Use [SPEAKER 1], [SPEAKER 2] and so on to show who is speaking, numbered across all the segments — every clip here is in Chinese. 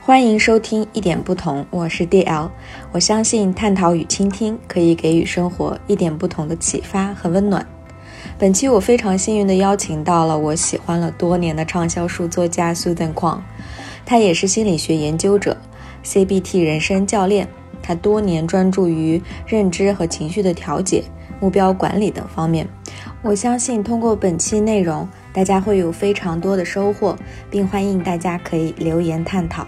[SPEAKER 1] 欢迎收听《一点不同》，我是 DL。我相信探讨与倾听可以给予生活一点不同的启发和温暖。本期我非常幸运地邀请到了我喜欢了多年的畅销书作家 Susan Kwong，她也是心理学研究者、CBT 人生教练。她多年专注于认知和情绪的调节、目标管理等方面。我相信通过本期内容，大家会有非常多的收获，并欢迎大家可以留言探讨。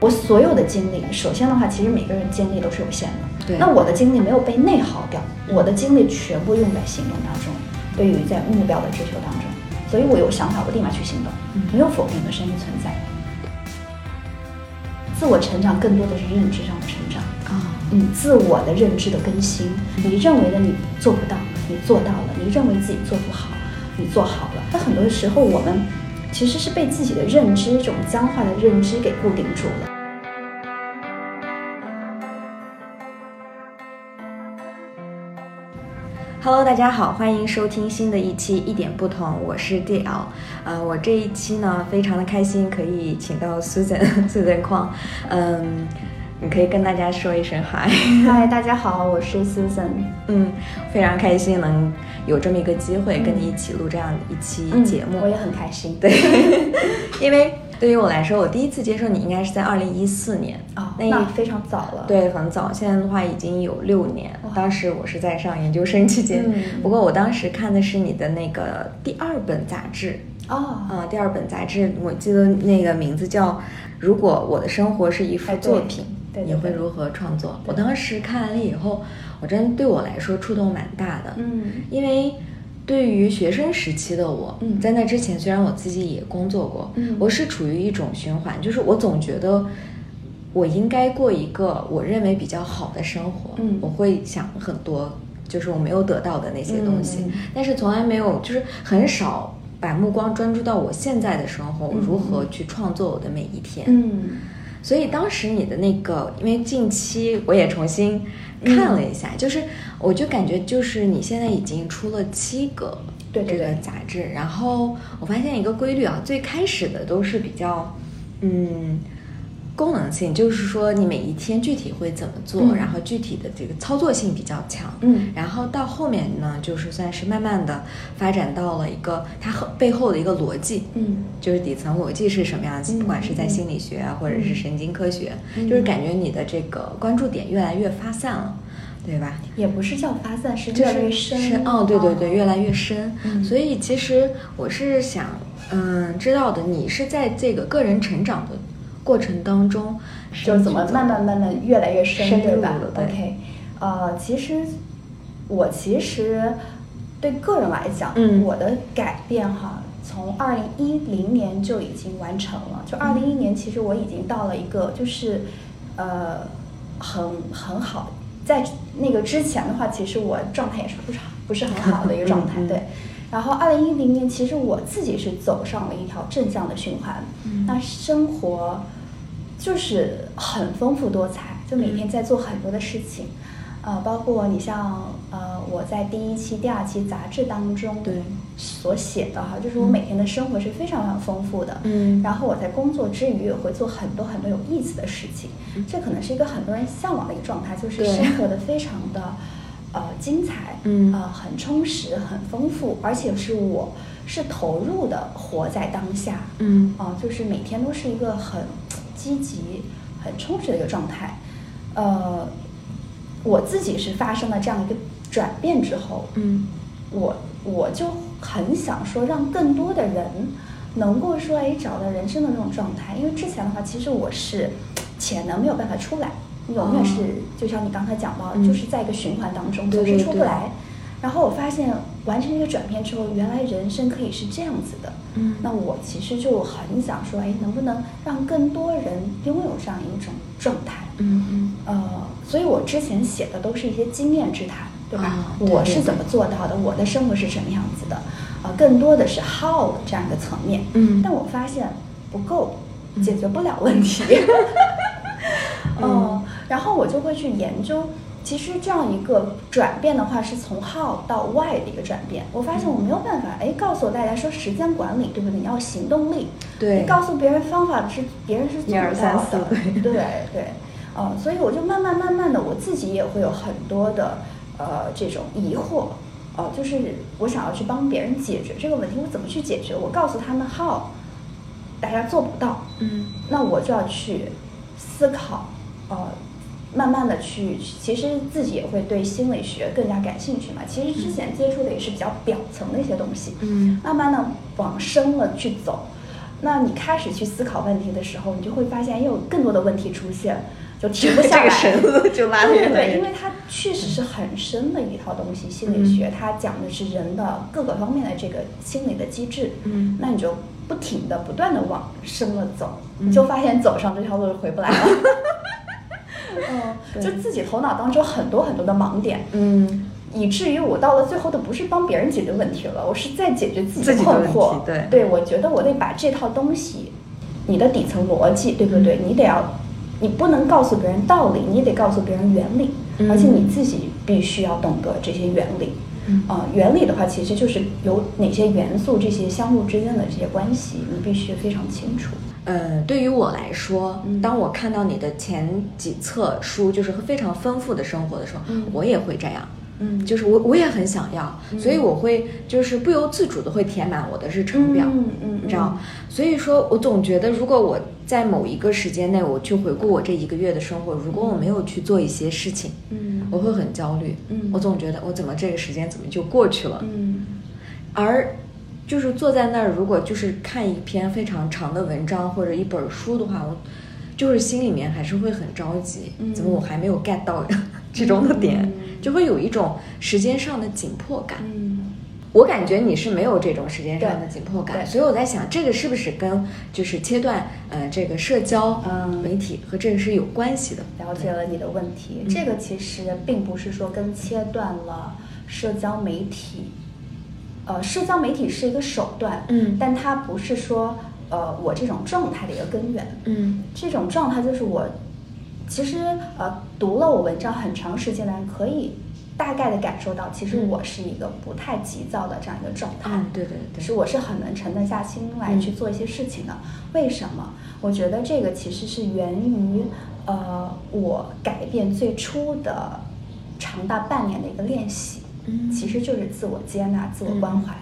[SPEAKER 2] 我所有的经历，首先的话，其实每个人精力都是有限的。
[SPEAKER 1] 对
[SPEAKER 2] 那我的精力没有被内耗掉，我的精力全部用在行动当中，对于在目标的追求当中。所以我有想法，我立马去行动，没有否定的声音存在。自我成长更多的是认知上的成长，
[SPEAKER 1] 啊、
[SPEAKER 2] 你自我的认知的更新。你认为的你做不到，你做到了；你认为自己做不好，你做好了。那很多时候我们其实是被自己的认知这种僵化的认知给固定住了。
[SPEAKER 1] Hello，大家好，欢迎收听新的一期《一点不同》，我是 DL。呃，我这一期呢，非常的开心，可以请到 Susan Susan 矿，嗯，你可以跟大家说一声 hi，
[SPEAKER 2] 嗨，大家好，我是 Susan。
[SPEAKER 1] 嗯，非常开心能有这么一个机会跟你一起录这样一期节目，
[SPEAKER 2] 我也很开心。
[SPEAKER 1] 对， 因为对于我来说，我第一次接触你应该是在二零一四年
[SPEAKER 2] 啊、
[SPEAKER 1] 哦那一
[SPEAKER 2] 那非常早了。，
[SPEAKER 1] 对，很早，现在的话已经有六年
[SPEAKER 2] 哇。
[SPEAKER 1] 当时我是在上研究生期间，
[SPEAKER 2] 嗯
[SPEAKER 1] 不过我当时看的是你的那个第二本杂志，
[SPEAKER 2] 哦，
[SPEAKER 1] 啊、第二本杂志，我记得那个名字叫《如果我的生活是一幅
[SPEAKER 2] 哎对
[SPEAKER 1] 作品》，
[SPEAKER 2] 对
[SPEAKER 1] 你
[SPEAKER 2] 对
[SPEAKER 1] 会
[SPEAKER 2] 对
[SPEAKER 1] 如何创作？我当时看完了以后，我真对我来说触动蛮大的，
[SPEAKER 2] 嗯
[SPEAKER 1] 因为对于学生时期的我，
[SPEAKER 2] 嗯
[SPEAKER 1] 在那之前虽然我自己也工作过，
[SPEAKER 2] 嗯
[SPEAKER 1] 我是处于一种循环，就是我总觉得我应该过一个我认为比较好的生活，
[SPEAKER 2] 嗯
[SPEAKER 1] 我会想很多，就是我没有得到的那些
[SPEAKER 2] 嗯
[SPEAKER 1] 东西，
[SPEAKER 2] 嗯
[SPEAKER 1] 但是从来没有，就是很少。把目光专注到我现在的生活，我如何去创作我的每一天？
[SPEAKER 2] 嗯，
[SPEAKER 1] 所以当时你的那个，因为近期我也重新看了一
[SPEAKER 2] 嗯
[SPEAKER 1] 下，就是我就感觉就是你现在已经出了七个
[SPEAKER 2] 对
[SPEAKER 1] 这
[SPEAKER 2] 对
[SPEAKER 1] 个
[SPEAKER 2] 对
[SPEAKER 1] 杂志，然后我发现一个规律啊，最开始的都是比较嗯功能性，就是说你每一天具体会怎么做，
[SPEAKER 2] 嗯
[SPEAKER 1] 然后具体的这个操作性比较强，
[SPEAKER 2] 嗯
[SPEAKER 1] 然后到后面呢，就是算是慢慢的发展到了一个它后背后的一个逻辑，
[SPEAKER 2] 嗯
[SPEAKER 1] 就是底层逻辑是什么样子，
[SPEAKER 2] 嗯
[SPEAKER 1] 不管是在心理学啊，或者是神经科学，就是感觉你的这个关注点越来越发散了，对吧？
[SPEAKER 2] 也不是叫发散，是
[SPEAKER 1] 就
[SPEAKER 2] 越来
[SPEAKER 1] 是
[SPEAKER 2] 越
[SPEAKER 1] 是
[SPEAKER 2] 深。
[SPEAKER 1] 哦，对对对，越来越深。
[SPEAKER 2] 嗯
[SPEAKER 1] 所以其实我是想，嗯，知道的，你是在这个个人成长的过程当中，
[SPEAKER 2] 就是怎么慢慢慢慢越来越深，
[SPEAKER 1] 深入
[SPEAKER 2] 对吧
[SPEAKER 1] 了对
[SPEAKER 2] o k 呃，其实我其实对个人来讲，
[SPEAKER 1] 嗯
[SPEAKER 2] 我的改变哈，从二零一零年就已经完成了。就二零一年，其实我已经到了一个就是呃很很好，在那个之前的话，其实我状态也是不是不是很好的一个状 态，
[SPEAKER 1] 嗯嗯
[SPEAKER 2] 对。然后，二零一零年，其实我自己是走上了一条正向的循环。
[SPEAKER 1] 嗯
[SPEAKER 2] 那生活就是很丰富多彩，就每天在做很多的事情，
[SPEAKER 1] 嗯
[SPEAKER 2] 呃，包括你像呃我在第一期、第二期杂志当中
[SPEAKER 1] 对
[SPEAKER 2] 所写的哈，就是我每天的生活是非常非常丰富的。
[SPEAKER 1] 嗯
[SPEAKER 2] 然后我在工作之余也会做很多很多有意思的事情，这可能是一个很多人向往的一个状态，就是
[SPEAKER 1] 嗯对
[SPEAKER 2] 生活的非常的。呃，精彩，
[SPEAKER 1] 嗯
[SPEAKER 2] 呃，很充实，很丰富，而且是我是投入的活在当下，
[SPEAKER 1] 嗯
[SPEAKER 2] 啊、就是每天都是一个很积极、很充实的一个状态。呃，我自己是发生了这样一个转变之后，
[SPEAKER 1] 嗯
[SPEAKER 2] 我我就很想说，让更多的人能够说，哎，找到人生的那种状态。因为之前的话，其实我是潜能没有办法出来，永远是、
[SPEAKER 1] 哦
[SPEAKER 2] 就像你刚才讲到，
[SPEAKER 1] 嗯
[SPEAKER 2] 就是在一个循环当中，
[SPEAKER 1] 对
[SPEAKER 2] 总
[SPEAKER 1] 对
[SPEAKER 2] 是出不
[SPEAKER 1] 对
[SPEAKER 2] 来。然后我发现完成这个转变之后，原来人生可以是这样子的。
[SPEAKER 1] 嗯
[SPEAKER 2] 那我其实就很想说，哎，能不能让更多人拥有这样一种状态？
[SPEAKER 1] 嗯嗯
[SPEAKER 2] 呃，所以我之前写的都是一些经验之谈，对吧？
[SPEAKER 1] 啊对
[SPEAKER 2] 我
[SPEAKER 1] 对
[SPEAKER 2] 是
[SPEAKER 1] 对
[SPEAKER 2] 怎么做到的？我的生活是什么样子的？呃，更多的是 how 这样一个层面。
[SPEAKER 1] 嗯
[SPEAKER 2] 但我发现不够，
[SPEAKER 1] 嗯
[SPEAKER 2] 解决不了问题。
[SPEAKER 1] 嗯
[SPEAKER 2] 嗯，然后我就会去研究其实这样一个转变的话，是从 how 到 why 的一个转变。
[SPEAKER 1] 嗯
[SPEAKER 2] 我发现我没有办法，哎，告诉大家说时间管理，对不对？你要有行动力，
[SPEAKER 1] 对
[SPEAKER 2] 你告诉别人方法是别人是做
[SPEAKER 1] 一二
[SPEAKER 2] 不到
[SPEAKER 1] 三
[SPEAKER 2] 的，
[SPEAKER 1] 四
[SPEAKER 2] 对对，呃，所以我就慢慢慢慢的，我自己也会有很多的呃这种疑惑，呃，就是我想要去帮别人解决这个问题，我怎么去解决？我告诉他们 how，大家做不到，
[SPEAKER 1] 嗯
[SPEAKER 2] 那我就要去思考，呃，慢慢的去，其实自己也会对心理学更加感兴趣嘛。其实之前接触的也是比较表层的一些东西，
[SPEAKER 1] 嗯
[SPEAKER 2] 慢慢的往深了去走。那你开始去思考问题的时候，你就会发现又有更多的问题出现，就停不下 来。
[SPEAKER 1] 这个绳子就拉
[SPEAKER 2] 对
[SPEAKER 1] 远
[SPEAKER 2] 对
[SPEAKER 1] 了
[SPEAKER 2] 对，因为它确实是很深的一套东西，心理
[SPEAKER 1] 嗯
[SPEAKER 2] 学它讲的是人的各个方面的这个心理的机制。
[SPEAKER 1] 嗯
[SPEAKER 2] 那你就不停的不断的往深了走，
[SPEAKER 1] 嗯
[SPEAKER 2] 就发现走上这条路是回不来 了。嗯，就
[SPEAKER 1] 对
[SPEAKER 2] 自己头脑当中很多很多的盲点，
[SPEAKER 1] 嗯，
[SPEAKER 2] 以至于我到了最后的不是帮别人解决问题了，我是在解决自
[SPEAKER 1] 自己的
[SPEAKER 2] 的困
[SPEAKER 1] 问
[SPEAKER 2] 惑
[SPEAKER 1] 题。对
[SPEAKER 2] 我觉得我得把这套东西，你的底层逻辑，对不对？
[SPEAKER 1] 嗯
[SPEAKER 2] 你得要，你不能告诉别人道理，你得告诉别人原理，
[SPEAKER 1] 嗯
[SPEAKER 2] 而且你自己必须要懂得这些原理。
[SPEAKER 1] 嗯
[SPEAKER 2] 啊、原理的话，其实就是有哪些元素，这些相互之间的这些关系，你必须非常清楚。
[SPEAKER 1] 呃，对于我来说，
[SPEAKER 2] 嗯
[SPEAKER 1] 当我看到你的前几册书就是非常丰富的生活的时候，
[SPEAKER 2] 嗯
[SPEAKER 1] 我也会这样。
[SPEAKER 2] 嗯
[SPEAKER 1] 就是我我也很想要，
[SPEAKER 2] 嗯
[SPEAKER 1] 所以我会就是不由自主的会填满我的日程表，
[SPEAKER 2] 嗯嗯，
[SPEAKER 1] 你知道？所以说我总觉得，如果我在某一个时间内我去回顾我这一个月的生活，如果我没有去做一些事情，
[SPEAKER 2] 嗯
[SPEAKER 1] 我会很焦虑。
[SPEAKER 2] 嗯
[SPEAKER 1] 我总觉得我怎么这个时间怎么就过去了？
[SPEAKER 2] 嗯
[SPEAKER 1] 而就是坐在那儿，如果就是看一篇非常长的文章或者一本书的话，我就是心里面还是会很着急，
[SPEAKER 2] 嗯
[SPEAKER 1] 怎么我还没有 get 到其中的点，
[SPEAKER 2] 嗯
[SPEAKER 1] 就会有一种时间上的紧迫感。
[SPEAKER 2] 嗯
[SPEAKER 1] 我感觉你是没有这种时间上的
[SPEAKER 2] 对
[SPEAKER 1] 紧迫感，
[SPEAKER 2] 对
[SPEAKER 1] 所以我在想，这个是不是跟就是切断呃这个社交、呃
[SPEAKER 2] 嗯
[SPEAKER 1] 媒体和这个是有关系的？
[SPEAKER 2] 了解了你的问题
[SPEAKER 1] 嗯。
[SPEAKER 2] 这个其实并不是说跟切断了社交媒体，呃，社交媒体是一个手段，
[SPEAKER 1] 嗯
[SPEAKER 2] 但它不是说呃我这种状态的一个根源。
[SPEAKER 1] 嗯
[SPEAKER 2] 这种状态就是我，其实呃读了我文章很长时间的人可以大概的感受到，其实
[SPEAKER 1] 嗯
[SPEAKER 2] 我是一个不太急躁的这样一个状态。
[SPEAKER 1] 啊，对对
[SPEAKER 2] 可
[SPEAKER 1] 对，
[SPEAKER 2] 是我是很能沉得下心来
[SPEAKER 1] 嗯
[SPEAKER 2] 去做一些事情的。为什么？我觉得这个其实是源于呃我改变最初的长达半年的一个练习，
[SPEAKER 1] 嗯
[SPEAKER 2] 其实就是自我接纳、自我关怀。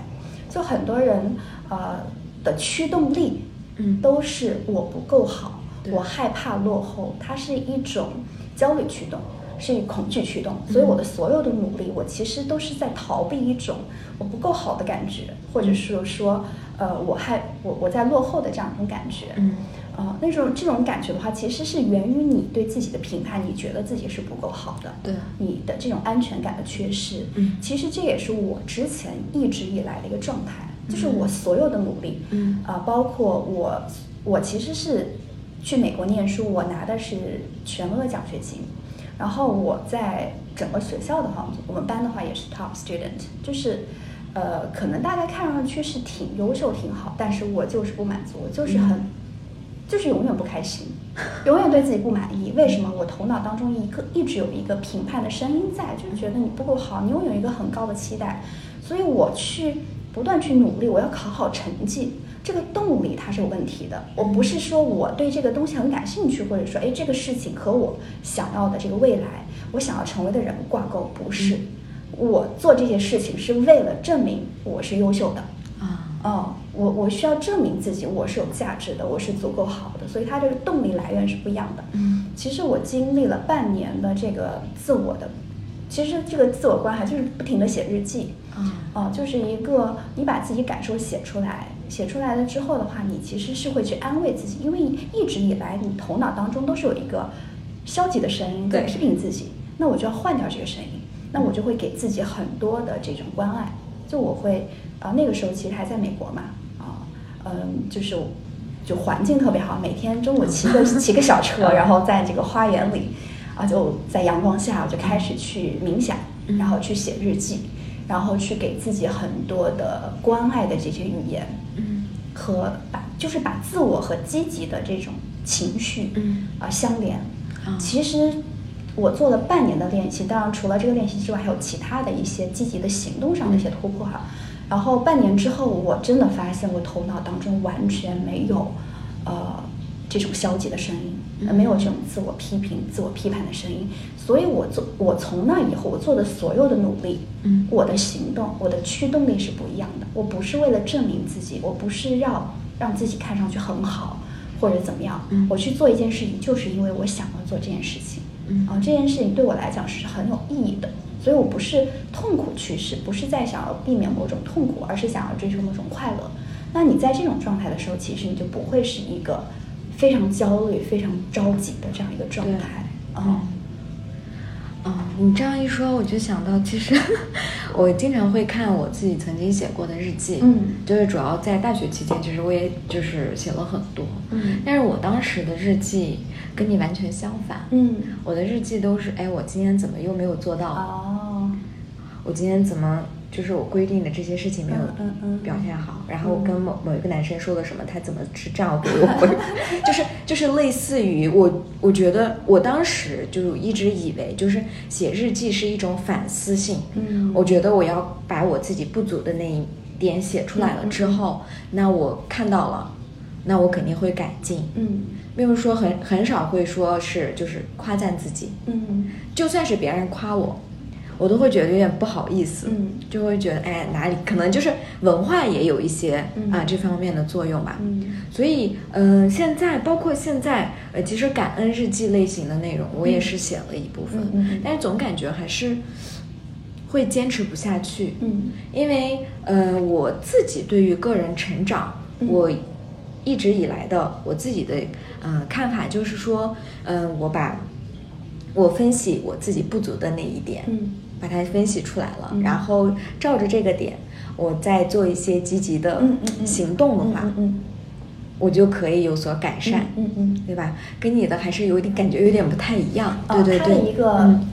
[SPEAKER 2] 就很多人呃的驱动力
[SPEAKER 1] 嗯
[SPEAKER 2] 都是我不够好，
[SPEAKER 1] 对
[SPEAKER 2] 我害怕落后，它是一种焦虑驱动，是以恐惧驱动，
[SPEAKER 1] 嗯
[SPEAKER 2] 所以我的所有的努力，我其实都是在逃避一种我不够好的感觉，或者是说，呃，我害我我在落后的这样一种感觉。
[SPEAKER 1] 嗯
[SPEAKER 2] 呃，那种这种感觉的话，其实是源于你对自己的评判，你觉得自己是不够好的，
[SPEAKER 1] 对
[SPEAKER 2] 你的这种安全感的缺失，
[SPEAKER 1] 嗯
[SPEAKER 2] 其实这也是我之前一直以来的一个状态，就是
[SPEAKER 1] 嗯
[SPEAKER 2] 我所有的努力，
[SPEAKER 1] 嗯
[SPEAKER 2] 啊、包括我，我其实是去美国念书，我拿的是全额奖学金，然后我在整个学校的话，我们班的话也是 top student，就是。呃，可能大家看上去是挺优秀、挺好，但是我就是不满足，我就是很，
[SPEAKER 1] 嗯
[SPEAKER 2] 就是永远不开心， 永远对自己不满意。为什么？我头脑当中一个一直有一个评判的声音在，就是觉得你不够好，你拥有一个很高的期待，所以我去不断去努力，我要考好成绩。这个动力它是有问题的，我不是说我对这个东西很感兴趣，或者说哎这个事情和我想要的这个未来，我想要成为的人挂钩，不是。我做这些事情是为了证明我是优秀的，
[SPEAKER 1] 啊
[SPEAKER 2] 哦，我我需要证明自己，我是有价值的，我是足够好的，所以它这个动力来源是不一样的。
[SPEAKER 1] 嗯
[SPEAKER 2] 其实我经历了半年的这个自我的，其实这个自我关怀就是不停的写日记，
[SPEAKER 1] 啊
[SPEAKER 2] 哦，就是一个你把自己感受写出来，写出来了之后的话，你其实是会去安慰自己，因为一直以来你头脑当中都是有一个消极的声音在
[SPEAKER 1] 对
[SPEAKER 2] 批评自己，那我就要换掉这个声音，那我就会给自己很多的这种关爱，就我会啊、那个时候其实还在美国嘛，啊、嗯，就是就环境特别好，每天中午骑 个骑个小车，然后在这个花园里啊，就在阳光下，我就开始去冥想，
[SPEAKER 1] 嗯
[SPEAKER 2] 然后去写日记，然后去给自己很多的关爱的这些语言
[SPEAKER 1] 嗯
[SPEAKER 2] 和把就是把自我和积极的这种情绪
[SPEAKER 1] 嗯
[SPEAKER 2] 呃啊、相连
[SPEAKER 1] 啊。
[SPEAKER 2] 其实我做了半年的练习，当然除了这个练习之外，还有其他的一些积极的行动上的一些突破哈。然后半年之后，我真的发现我头脑当中完全没有，呃，这种消极的声音，呃没有这种自我批评、自我批判的声音。所以我做，我从那以后，我做的所有的努力，
[SPEAKER 1] 嗯
[SPEAKER 2] 我的行动，我的驱动力是不一样的。我不是为了证明自己，我不是要让自己看上去很好或者怎么样，
[SPEAKER 1] 嗯
[SPEAKER 2] 我去做一件事情，就是因为我想要做这件事情。
[SPEAKER 1] 嗯
[SPEAKER 2] 啊，这件事情对我来讲是很有意义的，所以我不是痛苦趋势，不是在想要避免某种痛苦，而是想要追求某种快乐。那你在这种状态的时候，其实你就不会是一个非常焦虑、非常着急的这样一个状态。嗯，
[SPEAKER 1] 嗯，你这样一说，我就想到，其实 我经常会看我自己曾经写过的日记，
[SPEAKER 2] 嗯
[SPEAKER 1] 就是主要在大学期间，其实我也就是写了很多，
[SPEAKER 2] 嗯
[SPEAKER 1] 但是我当时的日记跟你完全相反，
[SPEAKER 2] 嗯，
[SPEAKER 1] 我的日记都是，哎，我今天怎么又没有做到？
[SPEAKER 2] 哦，
[SPEAKER 1] 我今天怎么就是我规定的这些事情没有
[SPEAKER 2] 嗯嗯嗯
[SPEAKER 1] 表现好，然后跟某某一个男生说了什么，他怎么是这样给我 回， 就是就是类似于我，我觉得我当时就一直以为就是写日记是一种反思性，
[SPEAKER 2] 嗯
[SPEAKER 1] 我觉得我要把我自己不足的那一点写出来了
[SPEAKER 2] 嗯
[SPEAKER 1] 之后，那我看到了，那我肯定会改进，
[SPEAKER 2] 嗯
[SPEAKER 1] 没有说很很少会说是就是夸赞自己，
[SPEAKER 2] 嗯
[SPEAKER 1] 就算是别人夸我，我都会觉得有点不好意思，
[SPEAKER 2] 嗯
[SPEAKER 1] 就会觉得哎哪里可能就是文化也有一些啊、
[SPEAKER 2] 嗯
[SPEAKER 1] 这方面的作用吧。
[SPEAKER 2] 嗯
[SPEAKER 1] 所以，嗯、现在包括现在，呃，其实感恩日记类型的内容，我也是写了一部分，
[SPEAKER 2] 嗯嗯嗯
[SPEAKER 1] 但是总感觉还是会坚持不下去，
[SPEAKER 2] 嗯
[SPEAKER 1] 因为，呃，我自己对于个人成长，
[SPEAKER 2] 嗯
[SPEAKER 1] 我一直以来的我自己的，呃，看法就是说，嗯、我把我分析我自己不足的那一点，
[SPEAKER 2] 嗯
[SPEAKER 1] 把它分析出来了，
[SPEAKER 2] 嗯
[SPEAKER 1] 然后照着这个点，我再做一些积极的
[SPEAKER 2] 嗯嗯嗯
[SPEAKER 1] 行动的话，
[SPEAKER 2] 嗯嗯
[SPEAKER 1] 我就可以有所改善，
[SPEAKER 2] 嗯嗯，
[SPEAKER 1] 对吧？跟你的还是有一点感觉有点不太一样，
[SPEAKER 2] 呃
[SPEAKER 1] 对对
[SPEAKER 2] 它的
[SPEAKER 1] 对，
[SPEAKER 2] 一个
[SPEAKER 1] 嗯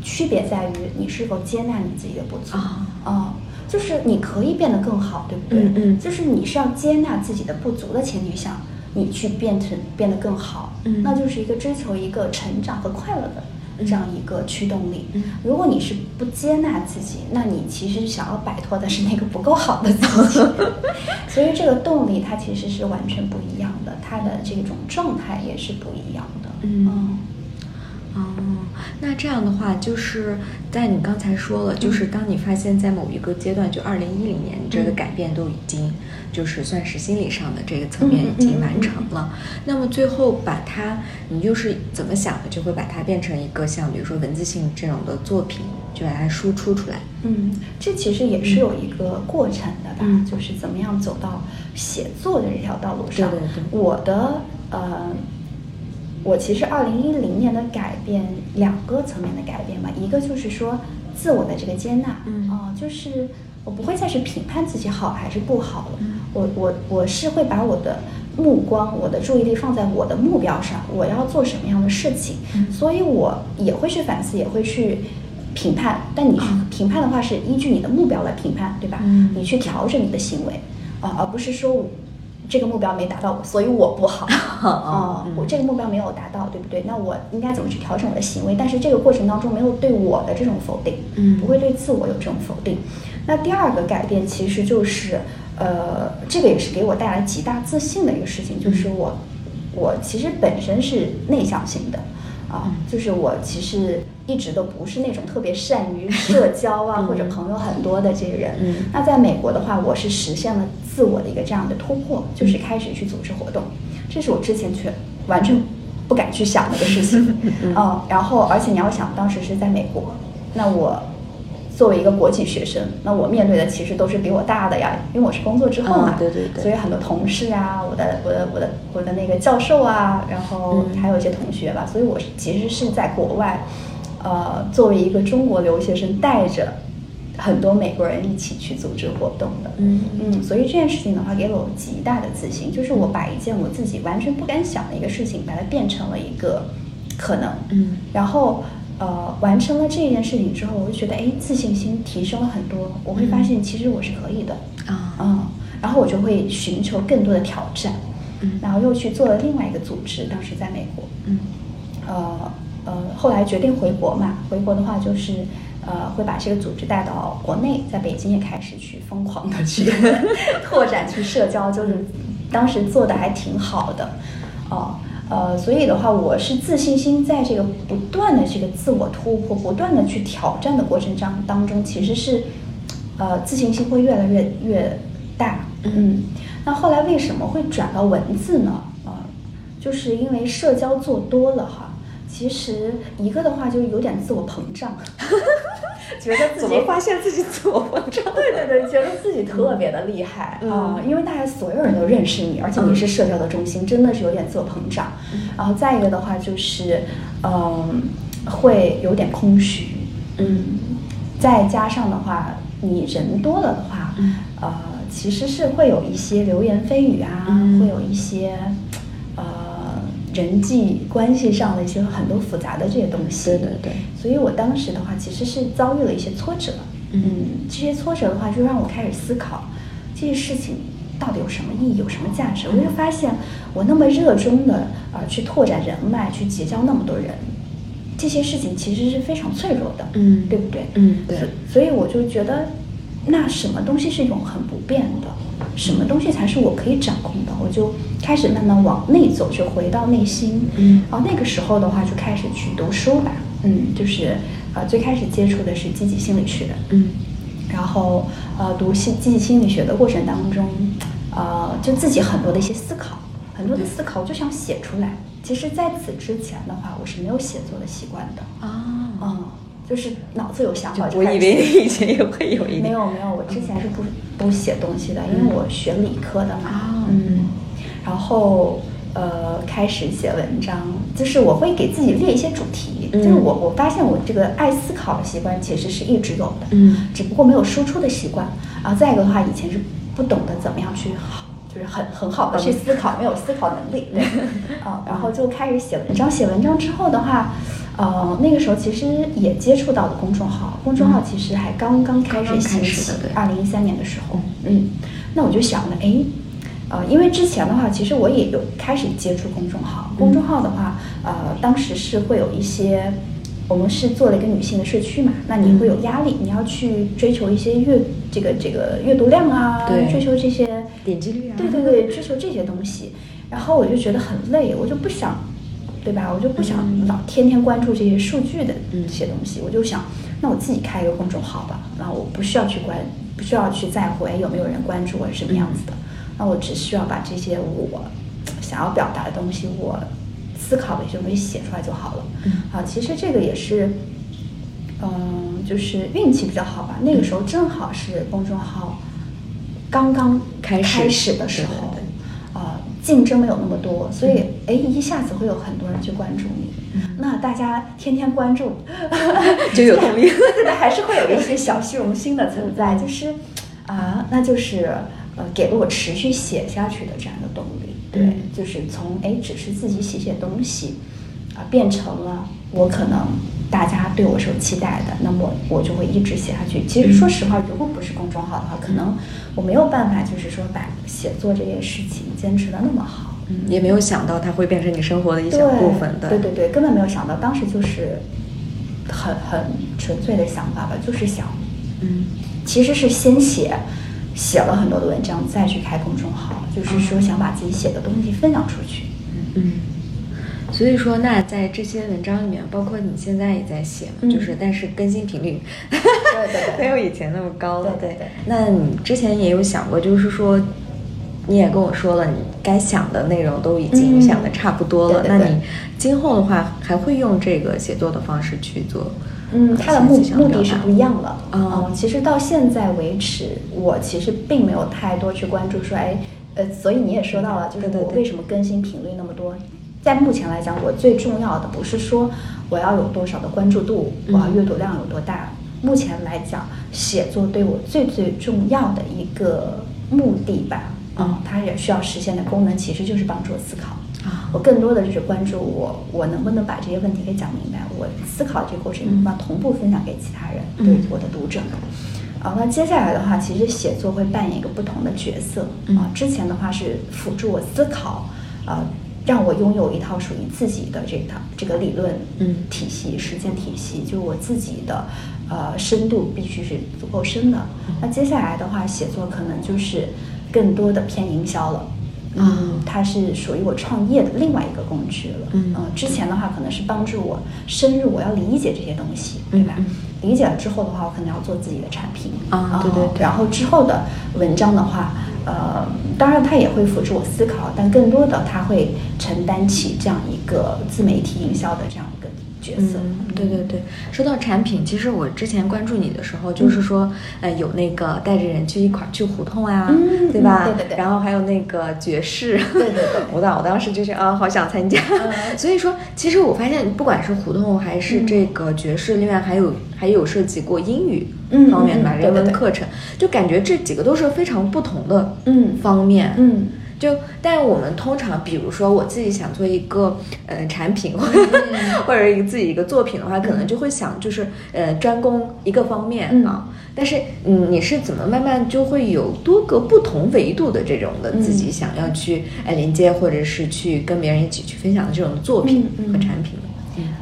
[SPEAKER 2] 区别在于你是否接纳你自己的不足。
[SPEAKER 1] 啊、
[SPEAKER 2] 哦，就是你可以变得更好，对不对？
[SPEAKER 1] 嗯嗯
[SPEAKER 2] 就是你是要接纳自己的不足的前提下，你去变成变得更好，
[SPEAKER 1] 嗯
[SPEAKER 2] 那就是一个追求一个成长和快乐的
[SPEAKER 1] 嗯
[SPEAKER 2] 这样一个驱动力。
[SPEAKER 1] 嗯
[SPEAKER 2] 如果你是不接纳自己，那你其实想要摆脱的是那个不够好的自己， 所以这个动力它其实是完全不一样的，它的这种状态也是不一样的。
[SPEAKER 1] 嗯
[SPEAKER 2] 嗯
[SPEAKER 1] 哦，那这样的话，就是在你刚才说了，就是
[SPEAKER 2] 嗯
[SPEAKER 1] 当你发现，在某一个阶段，就二零一零年，你这个改变都已经就是算是心理上的这个层面
[SPEAKER 2] 嗯嗯嗯
[SPEAKER 1] 已经完成了。那么最后把它，你又是怎么想的，就会把它变成一个像比如说文字性这种的作品，就把它输出出来。
[SPEAKER 2] 嗯，这其实也是有一个过程的吧，
[SPEAKER 1] 嗯
[SPEAKER 2] 就是怎么样走到写作的这条道路上。
[SPEAKER 1] 对对对
[SPEAKER 2] 我的呃，我其实二零一零年的改变，两个层面的改变吧，一个就是说自我的这个接纳，
[SPEAKER 1] 嗯
[SPEAKER 2] 啊、就是我不会再去评判自己好还是不好了，
[SPEAKER 1] 嗯
[SPEAKER 2] 我我我是会把我的目光、我的注意力放在我的目标上，我要做什么样的事情，
[SPEAKER 1] 嗯
[SPEAKER 2] 所以我也会去反思，也会去评判。但你
[SPEAKER 1] 嗯
[SPEAKER 2] 评判的话是依据你的目标来评判，对吧？
[SPEAKER 1] 嗯
[SPEAKER 2] 你去调整你的行为，啊、而不是说我这个目标没达到，所以我不好。
[SPEAKER 1] 哦
[SPEAKER 2] 啊、我这个目标没有达到，对不对？那我应该怎么去调整我的行为？但是这个过程当中没有对我的这种否定，
[SPEAKER 1] 嗯
[SPEAKER 2] 不会对自我有这种否定。那第二个改变其实就是，呃，这个也是给我带来极大自信的一个事
[SPEAKER 1] 嗯
[SPEAKER 2] 情，就是我，我其实本身是内向型的，啊、
[SPEAKER 1] 嗯
[SPEAKER 2] 就是我其实一直都不是那种特别善 于社交啊、
[SPEAKER 1] 嗯
[SPEAKER 2] 或者朋友很多的这个人。
[SPEAKER 1] 嗯
[SPEAKER 2] 那在美国的话，我是实现了自我的一个这样的突破，就是
[SPEAKER 1] 嗯
[SPEAKER 2] 开始去组织活动，这是我之前却完全不敢去想的一个事 情。嗯、然后而且你要想，当时是在美国，那我作为一个国际学生，那我面对的其实都是比我大的呀，因为我是工作之后嘛，
[SPEAKER 1] 嗯对对对
[SPEAKER 2] 所以很多同事啊，我的我的我的我的那个教授啊，然后
[SPEAKER 1] 嗯
[SPEAKER 2] 还有一些同学吧，所以我是其实是在国外，呃，作为一个中国留学生，带着很多美国人一起去组织活动的，
[SPEAKER 1] 嗯
[SPEAKER 2] 嗯，所以这件事情的话，给了我极大的自信，就是我把一件我自己完全不敢想的一个事情，把它变成了一个可能，
[SPEAKER 1] 嗯
[SPEAKER 2] 然后呃完成了这件事情之后，我就觉得哎自信心提升了很多，我会
[SPEAKER 1] 嗯
[SPEAKER 2] 发现其实我是可以的，
[SPEAKER 1] 啊
[SPEAKER 2] 嗯，然后我就会寻求更多的挑战，
[SPEAKER 1] 嗯
[SPEAKER 2] 然后又去做了另外一个组织，当时在美国，
[SPEAKER 1] 嗯
[SPEAKER 2] 呃，呃后来决定回国嘛，回国的话就是呃会把这个组织带到国内，在北京也开始去疯狂的去 拓展去社交，就是当时做的还挺好的，哦、呃，所以的话，我是自信心在这个不断的这个自我突破、不断的去挑战的过程当当中，其实是，呃，自信心会越来越越大。嗯，那后来为什么会转到文字呢？啊、就是因为社交做多了哈。其实一个的话，就有点自我膨胀，觉得自
[SPEAKER 1] 怎
[SPEAKER 2] 己
[SPEAKER 1] 么发现自己自我膨胀？
[SPEAKER 2] 对对对，觉得自己特别的厉害啊、
[SPEAKER 1] 嗯
[SPEAKER 2] 因为大家所有人都认识你，而且你是社交的中心，真的是有点自我膨胀。
[SPEAKER 1] 嗯
[SPEAKER 2] 然后再一个的话就是，嗯、会有点空虚，嗯，再加上的话，你人多了的话，
[SPEAKER 1] 嗯
[SPEAKER 2] 呃，其实是会有一些流言蜚语啊，
[SPEAKER 1] 嗯
[SPEAKER 2] 会有一些呃人际关系上的一些很多复杂的这些东西。
[SPEAKER 1] 对对对，
[SPEAKER 2] 所以我当时的话，其实是遭遇了一些挫折。
[SPEAKER 1] 嗯
[SPEAKER 2] 这些挫折的话，就让我开始思考这些事情到底有什么意义，有什么价值。
[SPEAKER 1] 嗯
[SPEAKER 2] 我就发现，我那么热衷的呃去拓展人脉，去结交那么多人，这些事情其实是非常脆弱的，
[SPEAKER 1] 嗯
[SPEAKER 2] 对不对？
[SPEAKER 1] 嗯对
[SPEAKER 2] 所所以我就觉得，那什么东西是永恒不变的？什么东西才是我可以掌控的？我就开始慢慢往内走，就回到内心。
[SPEAKER 1] 嗯
[SPEAKER 2] 然后那个时候的话，就开始去读书吧。嗯，就是呃，最开始接触的是积极心理学。
[SPEAKER 1] 嗯
[SPEAKER 2] 然后呃，读心积极心理学的过程当中，呃，就自己很多的一些思考，很多的思考我就想写出来。其实，在此之前的话，我是没有写作的习惯的。
[SPEAKER 1] 啊，
[SPEAKER 2] 嗯，就是脑子有想
[SPEAKER 1] 就
[SPEAKER 2] 法就
[SPEAKER 1] 我
[SPEAKER 2] 开
[SPEAKER 1] 以
[SPEAKER 2] 始
[SPEAKER 1] 为
[SPEAKER 2] 写。
[SPEAKER 1] 你以前也会有一点，嗯
[SPEAKER 2] 没有没有，我之前是不不写东西的，因为我学理科的嘛
[SPEAKER 1] 啊。
[SPEAKER 2] 嗯，然后呃，开始写文章，就是我会给自己列一些主题，
[SPEAKER 1] 嗯
[SPEAKER 2] 就是我我发现我这个爱思考的习惯其实是一直有的。
[SPEAKER 1] 嗯
[SPEAKER 2] 只不过没有输出的习惯。然后再一个的话，以前是不懂得怎么样去好，就是很很好的去思考，没有思考 能力。对，啊，然后就开始写文章。写文章之后的话，呃，那个时候其实也接触到了公众号，公众号
[SPEAKER 1] 嗯
[SPEAKER 2] 其实还刚刚开
[SPEAKER 1] 刚
[SPEAKER 2] 始
[SPEAKER 1] 刚
[SPEAKER 2] 兴
[SPEAKER 1] 开
[SPEAKER 2] 起
[SPEAKER 1] 始的，对
[SPEAKER 2] 二零一三年的时候，嗯，那我就想了，哎。呃，因为之前的话，其实我也有开始接触公众号。
[SPEAKER 1] 嗯
[SPEAKER 2] 公众号的话，呃，当时是会有一些，我们是做了一个女性的社区嘛，那你会有压
[SPEAKER 1] 嗯
[SPEAKER 2] 力，你要去追求一些阅这个这个阅读量啊，
[SPEAKER 1] 对
[SPEAKER 2] 追求这些
[SPEAKER 1] 点击率啊
[SPEAKER 2] 对对对，追求这些东西。然后我就觉得很累，我就不想，对吧？我就不想老天天关注这些数据的
[SPEAKER 1] 嗯
[SPEAKER 2] 这些东西，我就想，那我自己开一个公众号吧，然后我不需要去关，不需要去在乎哎有没有人关注我是什么样子的，
[SPEAKER 1] 嗯
[SPEAKER 2] 那我只需要把这些我想要表达的东西，我思考的一些东西写出来就好了。
[SPEAKER 1] 嗯
[SPEAKER 2] 啊，其实这个也是，嗯，就是运气比较好吧。那个时候正好是公众号刚刚
[SPEAKER 1] 开始
[SPEAKER 2] 的时候
[SPEAKER 1] 对对，
[SPEAKER 2] 呃，竞争没有那么多，所
[SPEAKER 1] 嗯
[SPEAKER 2] 以哎，一下子会有很多人去关注你。那大家天天关注，
[SPEAKER 1] 就有 动力
[SPEAKER 2] 对对对，还是会有一些小虚荣心的存在，就是啊，那就是呃，给了我持续写下去的这样一个动力。对，
[SPEAKER 1] 嗯
[SPEAKER 2] 就是从哎，只是自己写写东西，啊、变成了我可能大家对我是有期待的，那么我就会一直写下去。其
[SPEAKER 1] 嗯
[SPEAKER 2] 实说实话，如果不是公众号的话，可能我没有办法，就是说把写作这件事情坚持的那么好。
[SPEAKER 1] 嗯也没有想到它会变成你生活的一
[SPEAKER 2] 对
[SPEAKER 1] 小部分的，
[SPEAKER 2] 对对对，根本没有想到，当时就是很很纯粹的想法吧，就是想，
[SPEAKER 1] 嗯
[SPEAKER 2] 其实是先写，写了很多的文章，再去开公众号，就是说想把自己写的东西分享出去。
[SPEAKER 1] 嗯。所以说，那在这些文章里面，包括你现在也在写嘛，
[SPEAKER 2] 嗯
[SPEAKER 1] 就是但是更新频率
[SPEAKER 2] 对对
[SPEAKER 1] 没有
[SPEAKER 2] 对
[SPEAKER 1] 以前那么高了。
[SPEAKER 2] 对对对
[SPEAKER 1] 那你之前也有想过，就是说，你也跟我说了，你该想的内容都已经
[SPEAKER 2] 嗯
[SPEAKER 1] 想的差不多了。
[SPEAKER 2] 对对对
[SPEAKER 1] 那你今后的话，还会用这个写作的方式去做？呃
[SPEAKER 2] 嗯，它的目目的是不一
[SPEAKER 1] 样。
[SPEAKER 2] 样了。
[SPEAKER 1] 哦
[SPEAKER 2] 嗯，其实到现在为止，我其实并没有太多去关注说，哎，呃，所以你也说到了，就是
[SPEAKER 1] 对对
[SPEAKER 2] 我
[SPEAKER 1] 对
[SPEAKER 2] 为什么更新频率那么多。在目前来讲，我最重要的不是说我要有多少的关注度，
[SPEAKER 1] 嗯
[SPEAKER 2] 我要阅读量有多大。目前来讲，写作对我最最重要的一个目的吧，
[SPEAKER 1] 嗯
[SPEAKER 2] 它也需要实现的功能其实就是帮助我思考。
[SPEAKER 1] 啊
[SPEAKER 2] 我更多的就是关注我，我能不能把这些问题给讲明白，我思考这个过程能不能同步分享给其他人，
[SPEAKER 1] 嗯
[SPEAKER 2] 对我的读者。啊，那接下来的话，其实写作会扮演一个不同的角色
[SPEAKER 1] 嗯
[SPEAKER 2] 啊。之前的话是辅助我思考，啊，让我拥有一套属于自己的这套这个理论
[SPEAKER 1] 嗯
[SPEAKER 2] 体系、实践体系，就我自己的呃深度必须是足够深的。
[SPEAKER 1] 嗯
[SPEAKER 2] 那接下来的话，写作可能就是更多的偏营销了。
[SPEAKER 1] 啊
[SPEAKER 2] 嗯，它是属于我创业的另外一个工具了。
[SPEAKER 1] 嗯
[SPEAKER 2] 呃之前的话可能是帮助我深入我要理解这些东西，对吧？
[SPEAKER 1] 嗯
[SPEAKER 2] 理解了之后的话，我可能要做自己的产品
[SPEAKER 1] 啊
[SPEAKER 2] 然后
[SPEAKER 1] 对对对
[SPEAKER 2] 然后之后的文章的话，呃，当然它也会辅助我思考，但更多的它会承担起这样一个自媒体营销的这样一个角色。
[SPEAKER 1] 嗯，对对对，说到产品，其实我之前关注你的时候，
[SPEAKER 2] 嗯
[SPEAKER 1] 就是说，呃，有那个带着人去一块儿去胡同啊，
[SPEAKER 2] 嗯
[SPEAKER 1] 对吧？
[SPEAKER 2] 嗯对对对
[SPEAKER 1] 然后还有那个爵士，
[SPEAKER 2] 对对对
[SPEAKER 1] 我当我当时就是啊，好想参加。
[SPEAKER 2] 嗯
[SPEAKER 1] 所以说，其实我发现，不管是胡同还是这个爵士，另外还有还有涉及过英语
[SPEAKER 2] 嗯
[SPEAKER 1] 方面吧，
[SPEAKER 2] 嗯嗯对
[SPEAKER 1] 人文
[SPEAKER 2] 对对
[SPEAKER 1] 课程，就感觉这几个都是非常不同的
[SPEAKER 2] 嗯
[SPEAKER 1] 方面。
[SPEAKER 2] 嗯
[SPEAKER 1] 就，但我们通常，比如说我自己想做一个呃产品， 或者一个自己一个作品的话，可能就会想就是呃专攻一个方面
[SPEAKER 2] 嗯
[SPEAKER 1] 啊。但是嗯，你是怎么慢慢就会有多个不同维度的这种的
[SPEAKER 2] 嗯
[SPEAKER 1] 自己想要去呃连接，或者是去跟别人一起去分享的这种作品
[SPEAKER 2] 嗯嗯
[SPEAKER 1] 和产品？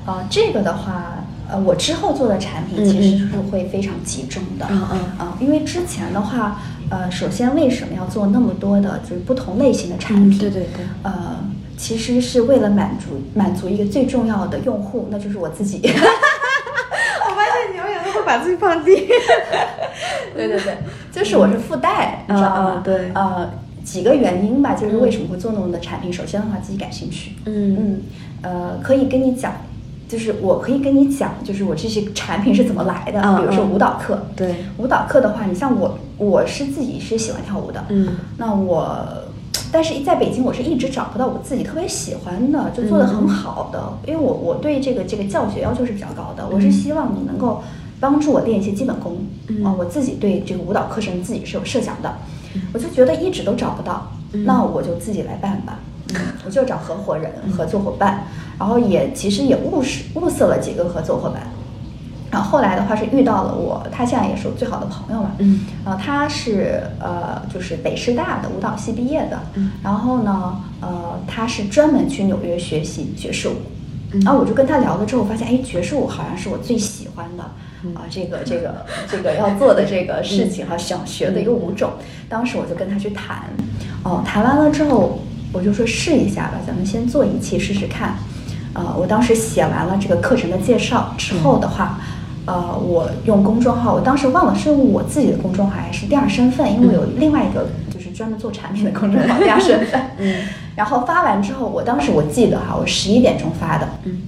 [SPEAKER 2] 呃，这个的话，呃，我之后做的产品
[SPEAKER 1] 嗯
[SPEAKER 2] 其实
[SPEAKER 1] 嗯
[SPEAKER 2] 是会非常集中的。
[SPEAKER 1] 嗯嗯
[SPEAKER 2] 啊、因为之前的话，呃，首先为什么要做那么多的，就是不同类型的产品？
[SPEAKER 1] 嗯对对对
[SPEAKER 2] 呃，其实是为了满足满足一个最重要的用户，那就是我自己。
[SPEAKER 1] 我发现你永远都会把自己放 低。
[SPEAKER 2] 对对对，就是我是附带，
[SPEAKER 1] 嗯
[SPEAKER 2] 你知道
[SPEAKER 1] 嗯
[SPEAKER 2] 吗
[SPEAKER 1] 嗯？对
[SPEAKER 2] 呃，几个原因吧，就是为什么会做那么的产品。首先的话，自己感兴趣，
[SPEAKER 1] 嗯
[SPEAKER 2] 嗯，呃，可以跟你讲，就是我可以跟你讲，就是我这些产品是怎么来的，
[SPEAKER 1] 嗯
[SPEAKER 2] 比如说
[SPEAKER 1] 嗯
[SPEAKER 2] 舞蹈课，
[SPEAKER 1] 对
[SPEAKER 2] 舞蹈课的话，你像我，我是自己是喜欢跳舞的，
[SPEAKER 1] 嗯，
[SPEAKER 2] 那我。但是在北京，我是一直找不到我自己特别喜欢的，就做的很好的，
[SPEAKER 1] 嗯
[SPEAKER 2] 因为我我对这个这个教学要求是比较高的，我是希望你能够帮助我练一些基本功，
[SPEAKER 1] 嗯
[SPEAKER 2] 啊我自己对这个舞蹈课程自己是有设想的，
[SPEAKER 1] 嗯
[SPEAKER 2] 我就觉得一直都找不到，
[SPEAKER 1] 嗯
[SPEAKER 2] 那我就自己来办吧，嗯我就找合伙人、合作伙伴，然后也其实也物识物色了几个合作伙伴，然后后来的话是遇到了我，他现在也是我最好的朋友嘛，
[SPEAKER 1] 嗯，
[SPEAKER 2] 然后他是呃就是北师大的舞蹈系毕业的，
[SPEAKER 1] 嗯
[SPEAKER 2] 然后呢呃他是专门去纽约学习爵士舞，
[SPEAKER 1] 嗯
[SPEAKER 2] 然后我就跟他聊了之后，发现哎爵士舞好像是我最喜欢的。
[SPEAKER 1] 嗯
[SPEAKER 2] 啊，这个这个这个要做的这个事情哈，想学
[SPEAKER 1] 嗯
[SPEAKER 2] 的一个舞种，当时我就跟他去谈，哦，谈完了之后，我就说试一下吧，咱们先做一期试试看。呃，我当时写完了这个课程的介绍之后的话，
[SPEAKER 1] 嗯
[SPEAKER 2] 呃，我用公众号，我当时忘了是用我自己的公众号还是第二身份，因为我
[SPEAKER 1] 嗯
[SPEAKER 2] 有另外一个就是专门做产品的公众号第二身份。
[SPEAKER 1] 嗯。
[SPEAKER 2] 然后发完之后，我当时我记得哈，我十一点钟发的。
[SPEAKER 1] 嗯。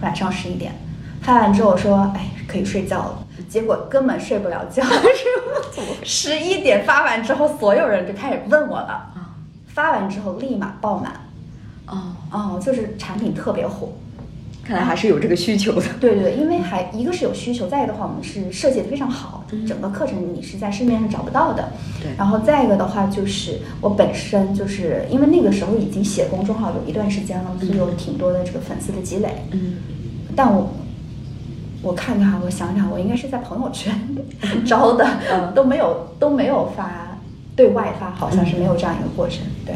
[SPEAKER 2] 晚上十一点，发完之后说，哎，可以睡觉了。结果根本睡不了觉，十一点发完之后，所有人就开始问我了。
[SPEAKER 1] 啊
[SPEAKER 2] 发完之后立马爆满，
[SPEAKER 1] 哦，
[SPEAKER 2] 哦，就是产品特别火。
[SPEAKER 1] 看来还是有这个需求的。
[SPEAKER 2] 对对，因为还一个是有需求，再一个的话，我们是设计的非常好，
[SPEAKER 1] 嗯
[SPEAKER 2] 整个课程你是在市面上找不到的。
[SPEAKER 1] 对
[SPEAKER 2] 然后再一个的话，就是我本身就是因为那个时候已经写公众号有一段时间了，所以有挺多的这个粉丝的积累。
[SPEAKER 1] 嗯
[SPEAKER 2] 但我我看看，我想想，我应该是在朋友圈招的，
[SPEAKER 1] 嗯
[SPEAKER 2] 都没有都没有发对外发，好像是没有这样一个过程，对，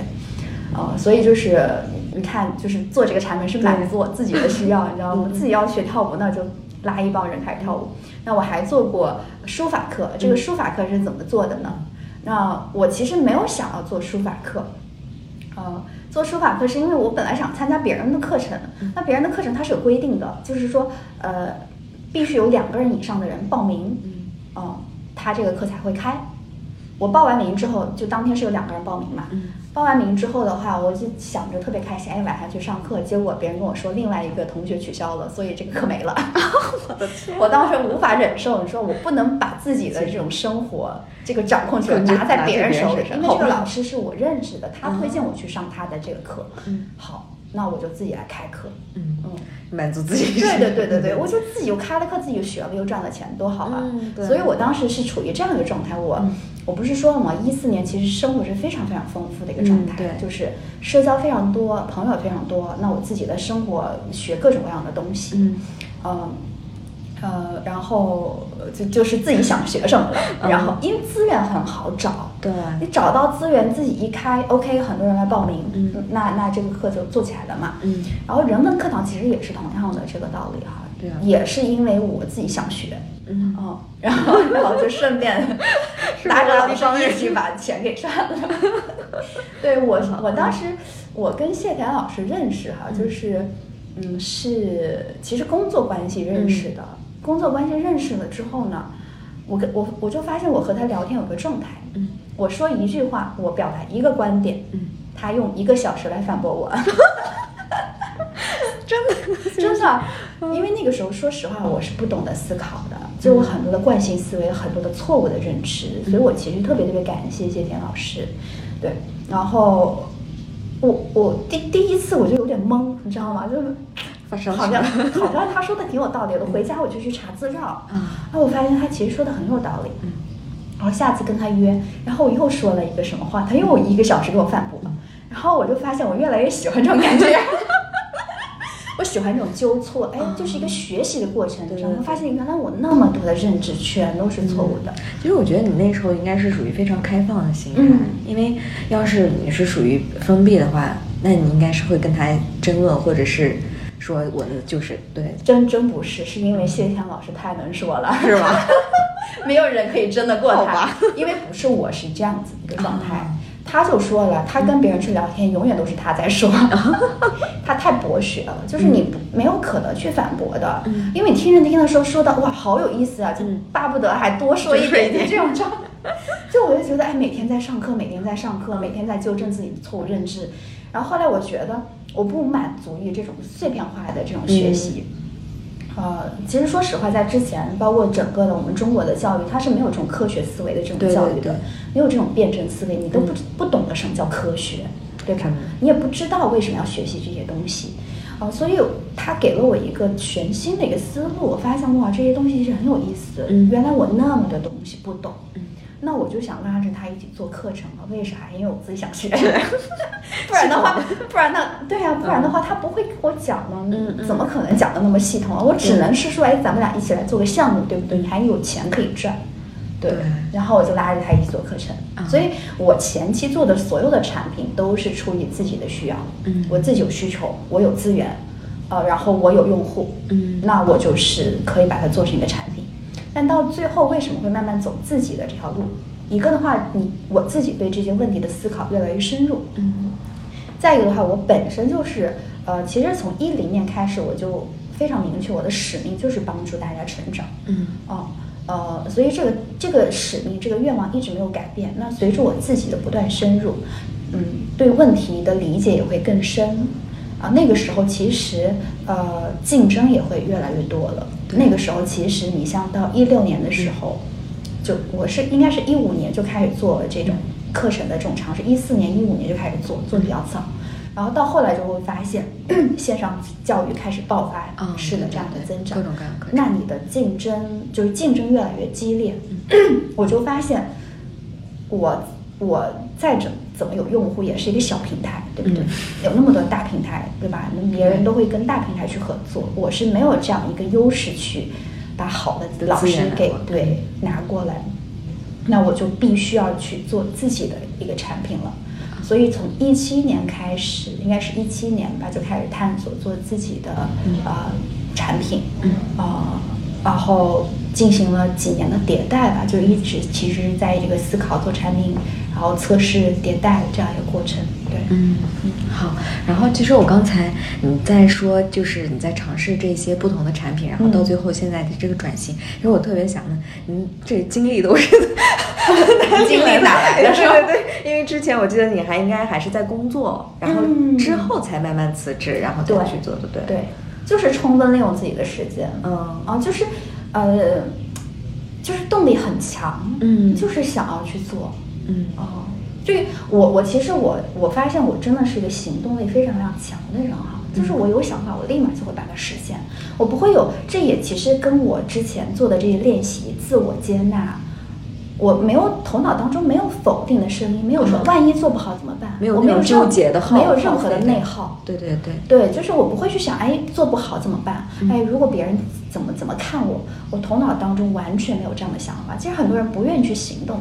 [SPEAKER 2] 呃，所以就是你看，就是做这个产品是满足我自己的需要，你知道吗？自己要学跳舞，那就拉一帮人开始跳舞。那我还做过书法课，这个书法课是怎么做的呢？那我其实没有想要做书法课，呃，做书法课是因为我本来想参加别人的课程，那别人的课程它是有规定的，就是说，呃，必须有两个人以上的人报名，
[SPEAKER 1] 嗯
[SPEAKER 2] 哦、他这个课才会开。我报完名之后，就当天是有两个人报名嘛，
[SPEAKER 1] 嗯
[SPEAKER 2] 报完名之后的话，我就想着特别开心，哎，晚上去上课，结果别人跟我说另外一个同学取消了，所以这个课没了。 我的天！啊我当时无法忍受，你说我不能把自己的这种生活这个掌控权
[SPEAKER 1] 控制
[SPEAKER 2] 拿在别人手里
[SPEAKER 1] 拿在别人，身上
[SPEAKER 2] 因为这个老师是我认识的，他
[SPEAKER 1] 嗯
[SPEAKER 2] 推荐我去上他的这个课。
[SPEAKER 1] 嗯
[SPEAKER 2] 好，那我就自己来开课。
[SPEAKER 1] 嗯，
[SPEAKER 2] 嗯，
[SPEAKER 1] 满足自己。
[SPEAKER 2] 对对 对对 啊对，我就自己又开了课，自己又学了，又赚了钱，多好啊！
[SPEAKER 1] 嗯对
[SPEAKER 2] 所以我当时是处于这样一个状态。我、
[SPEAKER 1] 嗯
[SPEAKER 2] 我不是说了吗？一四年其实生活是非常非常丰富的一个状态，
[SPEAKER 1] 嗯对
[SPEAKER 2] 就是社交非常多，朋友非常多。那我自己的生活学各种各样的东西，
[SPEAKER 1] 嗯
[SPEAKER 2] 嗯，呃，然后就就是自己想学什么了，
[SPEAKER 1] 嗯
[SPEAKER 2] 然后因为资源很好找，
[SPEAKER 1] 对，啊
[SPEAKER 2] 你找到资源自己一开，OK，很多人来报名，
[SPEAKER 1] 嗯
[SPEAKER 2] 那那这个课就做起来了嘛。
[SPEAKER 1] 嗯
[SPEAKER 2] 然后人文课堂其实也是同样的这个道理哈，
[SPEAKER 1] 对啊
[SPEAKER 2] 也是因为我自己想学，
[SPEAKER 1] 嗯，
[SPEAKER 2] 哦， 然后我就顺便
[SPEAKER 1] 是
[SPEAKER 2] 拉
[SPEAKER 1] 为
[SPEAKER 2] 着
[SPEAKER 1] 了
[SPEAKER 2] 老
[SPEAKER 1] 地方
[SPEAKER 2] 师
[SPEAKER 1] 人
[SPEAKER 2] 一起把钱给赚了。对 我，我当时我跟谢田老师认识哈，就是嗯是其实工作关系认
[SPEAKER 1] 嗯
[SPEAKER 2] 识的，工作关系认识了之后呢，我跟我我就发现我和他聊天有个状态，
[SPEAKER 1] 嗯
[SPEAKER 2] 我说一句话，我表达一个观点，
[SPEAKER 1] 嗯
[SPEAKER 2] 他用一个小时来反驳我。 真的，真的，因为那个时候，说实话，我是不懂得思考的，就我很多的惯性思维，很多的错误的认知，所以我其实特别特别感谢谢田老师，对，然后我我第第一次我就有点懵，你知道吗？就是
[SPEAKER 1] 发生
[SPEAKER 2] 好
[SPEAKER 1] 什
[SPEAKER 2] 像
[SPEAKER 1] 么
[SPEAKER 2] 好像他说的挺有道理的，回家我就去查资料，
[SPEAKER 1] 啊，
[SPEAKER 2] 啊，我发现他其实说的很有道理，然后下次跟他约，然后我又说了一个什么话，他又一个小时给我反驳，然后我就发现我越来越喜欢这种感觉， 我喜欢这种纠错，哎，就是一个学习的过程，
[SPEAKER 1] 对哦
[SPEAKER 2] 你
[SPEAKER 1] 对
[SPEAKER 2] 知道吗？发现原来我那么多的认知全都是错误的，
[SPEAKER 1] 其实我觉得你那时候应该是属于非常开放的心态，
[SPEAKER 2] 嗯
[SPEAKER 1] 因为要是你是属于封闭的话，那你应该是会跟他争论，或者是说我的就是对，
[SPEAKER 2] 真真不是，是因为谢天老师太能说了，
[SPEAKER 1] 是吗？
[SPEAKER 2] 没有人可以争得过
[SPEAKER 1] 好
[SPEAKER 2] 他
[SPEAKER 1] 吧，
[SPEAKER 2] 因为不是我是这样子一个状态
[SPEAKER 1] 啊。
[SPEAKER 2] 他就说了，他跟别人去聊天，永远都是他在说，
[SPEAKER 1] 嗯
[SPEAKER 2] 他太博学了，就是你不没有可能去反驳的，
[SPEAKER 1] 嗯
[SPEAKER 2] 因为你听着听着说说的，哇，好有意思啊，就
[SPEAKER 1] 嗯
[SPEAKER 2] 巴不得还多说一点，
[SPEAKER 1] 多说一点
[SPEAKER 2] 就这种状态。 就我就觉得，哎，每天在上课，每天在上课，每天在纠正自己的错误认知。然后后来我觉得，我不满足于这种碎片化的这种学习，
[SPEAKER 1] 嗯
[SPEAKER 2] 呃，其实说实话，在之前，包括整个的我们中国的教育，它是没有这种科学思维的这
[SPEAKER 1] 对对
[SPEAKER 2] 种教育的，
[SPEAKER 1] 对
[SPEAKER 2] 没有这种辩证思维，你都不、
[SPEAKER 1] 嗯
[SPEAKER 2] 不懂得什么叫科学，对吧？
[SPEAKER 1] 嗯
[SPEAKER 2] 你也不知道为什么要学习这些东西，啊、所以他给了我一个全新的一个思路，我发现哇，这些东西是很有意思，
[SPEAKER 1] 嗯
[SPEAKER 2] 原来我那么多东西不懂。
[SPEAKER 1] 嗯
[SPEAKER 2] 那我就想拉着他一起做课程了，为啥？因为我自己 想学，不然的话，不然的，对啊呀、不然的话、他不会给我讲呢，
[SPEAKER 1] 嗯嗯
[SPEAKER 2] 怎么可能讲的那么系统啊？我只能是说，哎，咱们俩一起来做个项目，对不对？你还有钱可以赚，对。
[SPEAKER 1] 对
[SPEAKER 2] 然后我就拉着他一起做课程，
[SPEAKER 1] 啊
[SPEAKER 2] 所以我前期做的所有的产品都是出于自己的需要，
[SPEAKER 1] 嗯
[SPEAKER 2] 我自己有需求，我有资源，呃，然后我有用户，
[SPEAKER 1] 嗯
[SPEAKER 2] 那我就是可以把它做成一个产品。但到最后为什么会慢慢走自己的这条路？一个的话，你我自己对这些问题的思考越来越深入，
[SPEAKER 1] 嗯
[SPEAKER 2] 再一个的话，我本身就是呃，其实从一零年开始，我就非常明确我的使命就是帮助大家成长。
[SPEAKER 1] 嗯
[SPEAKER 2] 哦，呃，所以这个这个使命、这个愿望一直没有改变。那随着我自己的不断深入，嗯，对问题的理解也会更深。啊，那个时候其实呃，竞争也会越来越多了。
[SPEAKER 1] 对
[SPEAKER 2] 那个时候其实你像到一六年的时候，就我是应该是一五年就开始做这种课程的这种尝试，一四年、一五年就开始做，做的比较早。然后到后来就会发现， 线上教育开始爆发
[SPEAKER 1] 嗯
[SPEAKER 2] 式的
[SPEAKER 1] 对
[SPEAKER 2] 这样的
[SPEAKER 1] 对对
[SPEAKER 2] 增长，
[SPEAKER 1] 各种各样的课程
[SPEAKER 2] 那你的竞争就是竞争越来越激烈，
[SPEAKER 1] 嗯
[SPEAKER 2] 我就发现我我再怎怎么有用户，也是一个小平台，对不对？
[SPEAKER 1] 嗯
[SPEAKER 2] 有那么多大平台，对吧？那别人都会跟大平台去合作，我是没有这样一个优势去把好的老
[SPEAKER 1] 资源
[SPEAKER 2] 师
[SPEAKER 1] 拿
[SPEAKER 2] 给
[SPEAKER 1] 过来
[SPEAKER 2] 对拿过来，那我就必须要去做自己的一个产品了。
[SPEAKER 1] 啊
[SPEAKER 2] 所以从一七年开始，应该是一七年吧，就开始探索做自己的、呃产品，
[SPEAKER 1] 嗯
[SPEAKER 2] 啊、然后进行了几年的迭代吧，就一直其实在这个思考做产品，然后测试迭代这样一个过程，对，
[SPEAKER 1] 嗯，好。然后其实我刚才你在说，就是你在尝试这些不同的产品，然后到
[SPEAKER 2] 嗯
[SPEAKER 1] 最后现在的这个转型，其实我特别想问，您这经历都是
[SPEAKER 2] 经历哪来的是吧
[SPEAKER 1] 对对对，因为之前我记得你还应该还是在工作，然后
[SPEAKER 2] 嗯
[SPEAKER 1] 之后才慢慢辞职，然后再
[SPEAKER 2] 对
[SPEAKER 1] 去做的，对
[SPEAKER 2] 对，就是充分利用自己的时间，
[SPEAKER 1] 嗯
[SPEAKER 2] 啊，就是，呃，就是动力很强，
[SPEAKER 1] 嗯
[SPEAKER 2] 就是想要去做，
[SPEAKER 1] 嗯
[SPEAKER 2] 哦，对我我其实我我发现我真的是一个行动力非常非常强的人哈、
[SPEAKER 1] 嗯
[SPEAKER 2] 就是我有想法，我立马就会把它实现，我不会有这也其实跟我之前做的这些练习、自我接纳，我没有头脑当中没有否定的声音，没有说
[SPEAKER 1] 嗯
[SPEAKER 2] 万一做不好怎么办，
[SPEAKER 1] 没有
[SPEAKER 2] 我
[SPEAKER 1] 那
[SPEAKER 2] 没有
[SPEAKER 1] 种纠
[SPEAKER 2] 任
[SPEAKER 1] 结的
[SPEAKER 2] 没有
[SPEAKER 1] 耗
[SPEAKER 2] 任
[SPEAKER 1] 耗
[SPEAKER 2] 何的
[SPEAKER 1] 费
[SPEAKER 2] 内耗。
[SPEAKER 1] 对对对，
[SPEAKER 2] 对，就是我不会去想，哎，做不好怎么办？哎，如果别人怎么怎么看我，我头脑当中完全没有这样的想法。其实很多人不愿意去行动，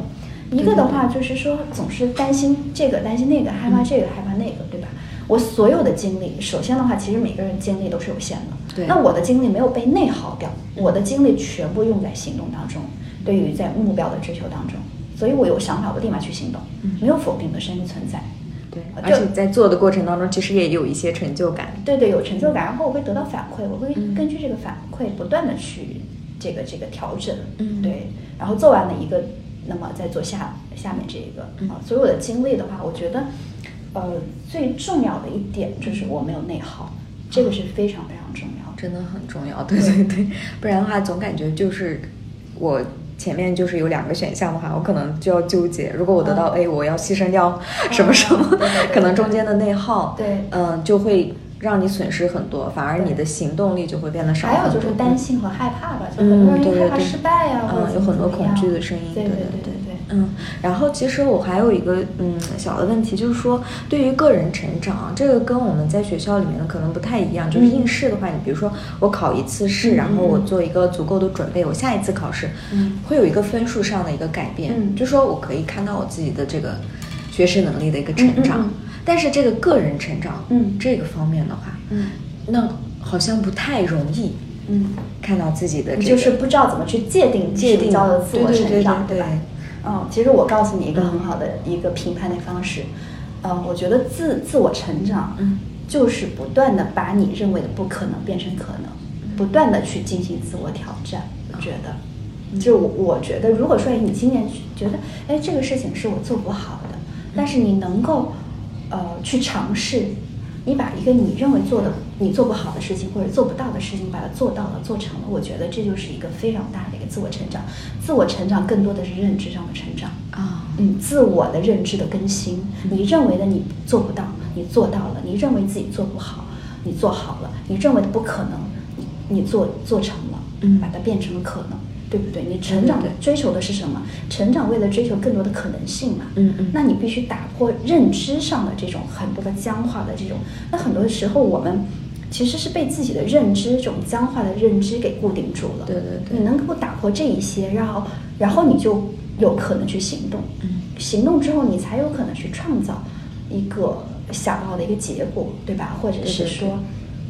[SPEAKER 2] 一个的话就是说总是担心这个担心那个，害怕这个害怕那个，对吧？我所有的精力，首先的话，其实每个人精力都是有限的。
[SPEAKER 1] 对
[SPEAKER 2] 那我的精力没有被内耗掉，我的精力全部用在行动当中，对于在目标的追求当中。所以我有想法，我立马去行动，没有否定的声音存在。
[SPEAKER 1] 对，
[SPEAKER 2] 呃
[SPEAKER 1] 而
[SPEAKER 2] 就
[SPEAKER 1] 且在做的过程当中，其实也有一些成就感。
[SPEAKER 2] 对对，有成就感，然后我会得到反馈，我会
[SPEAKER 1] 嗯
[SPEAKER 2] 根据这个反馈不断的去这个这个调整，
[SPEAKER 1] 嗯
[SPEAKER 2] 对，然后做完了一个，那么再做下下面这一个
[SPEAKER 1] 嗯
[SPEAKER 2] 啊，所以我的经历的话，我觉得，呃，最重要的一点就是我没有内耗，这个是非常非常重要的，
[SPEAKER 1] 真的很重要，对 对对，不然的话总感觉就是我前面就是有两个选项的话，我可能就要纠结。如果我得到 A，、我要牺牲掉什么什么，
[SPEAKER 2] 嗯对对 对
[SPEAKER 1] 可能中间的内耗，
[SPEAKER 2] 对
[SPEAKER 1] 嗯、就会让你损失很多，反而
[SPEAKER 2] 对
[SPEAKER 1] 你的行动力就会变得少
[SPEAKER 2] 还有
[SPEAKER 1] 很
[SPEAKER 2] 就
[SPEAKER 1] 多。
[SPEAKER 2] 是担心和害怕吧，就很多
[SPEAKER 1] 嗯，对
[SPEAKER 2] 人
[SPEAKER 1] 对
[SPEAKER 2] 害怕
[SPEAKER 1] 对，
[SPEAKER 2] 失败呀、或者
[SPEAKER 1] 嗯，有
[SPEAKER 2] 怎么
[SPEAKER 1] 很多
[SPEAKER 2] 怎么
[SPEAKER 1] 恐惧
[SPEAKER 2] 样
[SPEAKER 1] 的声音，
[SPEAKER 2] 对
[SPEAKER 1] 对
[SPEAKER 2] 对
[SPEAKER 1] 对
[SPEAKER 2] 对对。
[SPEAKER 1] 嗯，然后其实我还有一个嗯小的问题，就是说对于个人成长啊，这个跟我们在学校里面的可能不太一样。就是
[SPEAKER 2] 嗯
[SPEAKER 1] 应试的话，你比如说我考一次试，然后我做一个足够的准备，我下一次考试，
[SPEAKER 2] 嗯
[SPEAKER 1] 会有一个分数上的一个改变，
[SPEAKER 2] 嗯
[SPEAKER 1] 就说我可以看到我自己的这个学识能力的一个成长。
[SPEAKER 2] 嗯嗯嗯
[SPEAKER 1] 但是这个个人成长，
[SPEAKER 2] 嗯
[SPEAKER 1] 这个方面的话，
[SPEAKER 2] 嗯
[SPEAKER 1] 那好像不太容易
[SPEAKER 2] 嗯
[SPEAKER 1] 看到自己的、这
[SPEAKER 2] 你
[SPEAKER 1] 个，
[SPEAKER 2] 就是不知道怎么去界定
[SPEAKER 1] 界定
[SPEAKER 2] 什么叫做自我成长，
[SPEAKER 1] 对对对对
[SPEAKER 2] 吧？嗯，其实我告诉你一个很好的一个评判的方式，嗯，我觉得自自我成长，
[SPEAKER 1] 嗯，
[SPEAKER 2] 就是不断的把你认为的不可能变成可
[SPEAKER 1] 嗯
[SPEAKER 2] 能，不断的去进行自我挑战，我觉得。就我我觉得，如果说你今年觉得，哎，这个事情是我做不好的，但是你能够，呃，去尝试，你把一个你认为做的你做不好的事情或者做不到的事情，把它做到了、做成了，我觉得这就是一个非常大的一个自我成长。自我成长更多的是认知上的成长，
[SPEAKER 1] 啊、
[SPEAKER 2] 嗯，自我的认知的更新。
[SPEAKER 1] 嗯
[SPEAKER 2] 你认为的你做不到，你做到了；你认为自己做不好，你做好了；你认为的不可能，你你做做成了，
[SPEAKER 1] 嗯
[SPEAKER 2] 把它变成了可能，对不对？你成长
[SPEAKER 1] 对对
[SPEAKER 2] 追求的是什么？成长为了追求更多的可能性嘛。
[SPEAKER 1] 嗯嗯
[SPEAKER 2] 那你必须打破认知上的这种很多的僵化的这种。那很多时候我们其实是被自己的认知这种僵化的认知给固定住了。
[SPEAKER 1] 对对对
[SPEAKER 2] 你能够打破这一些，然后然后你就有可能去行动。
[SPEAKER 1] 嗯
[SPEAKER 2] 行动之后，你才有可能去创造一个想要的一个结果，对吧？或者
[SPEAKER 1] 对对
[SPEAKER 2] 是
[SPEAKER 1] 对
[SPEAKER 2] 说，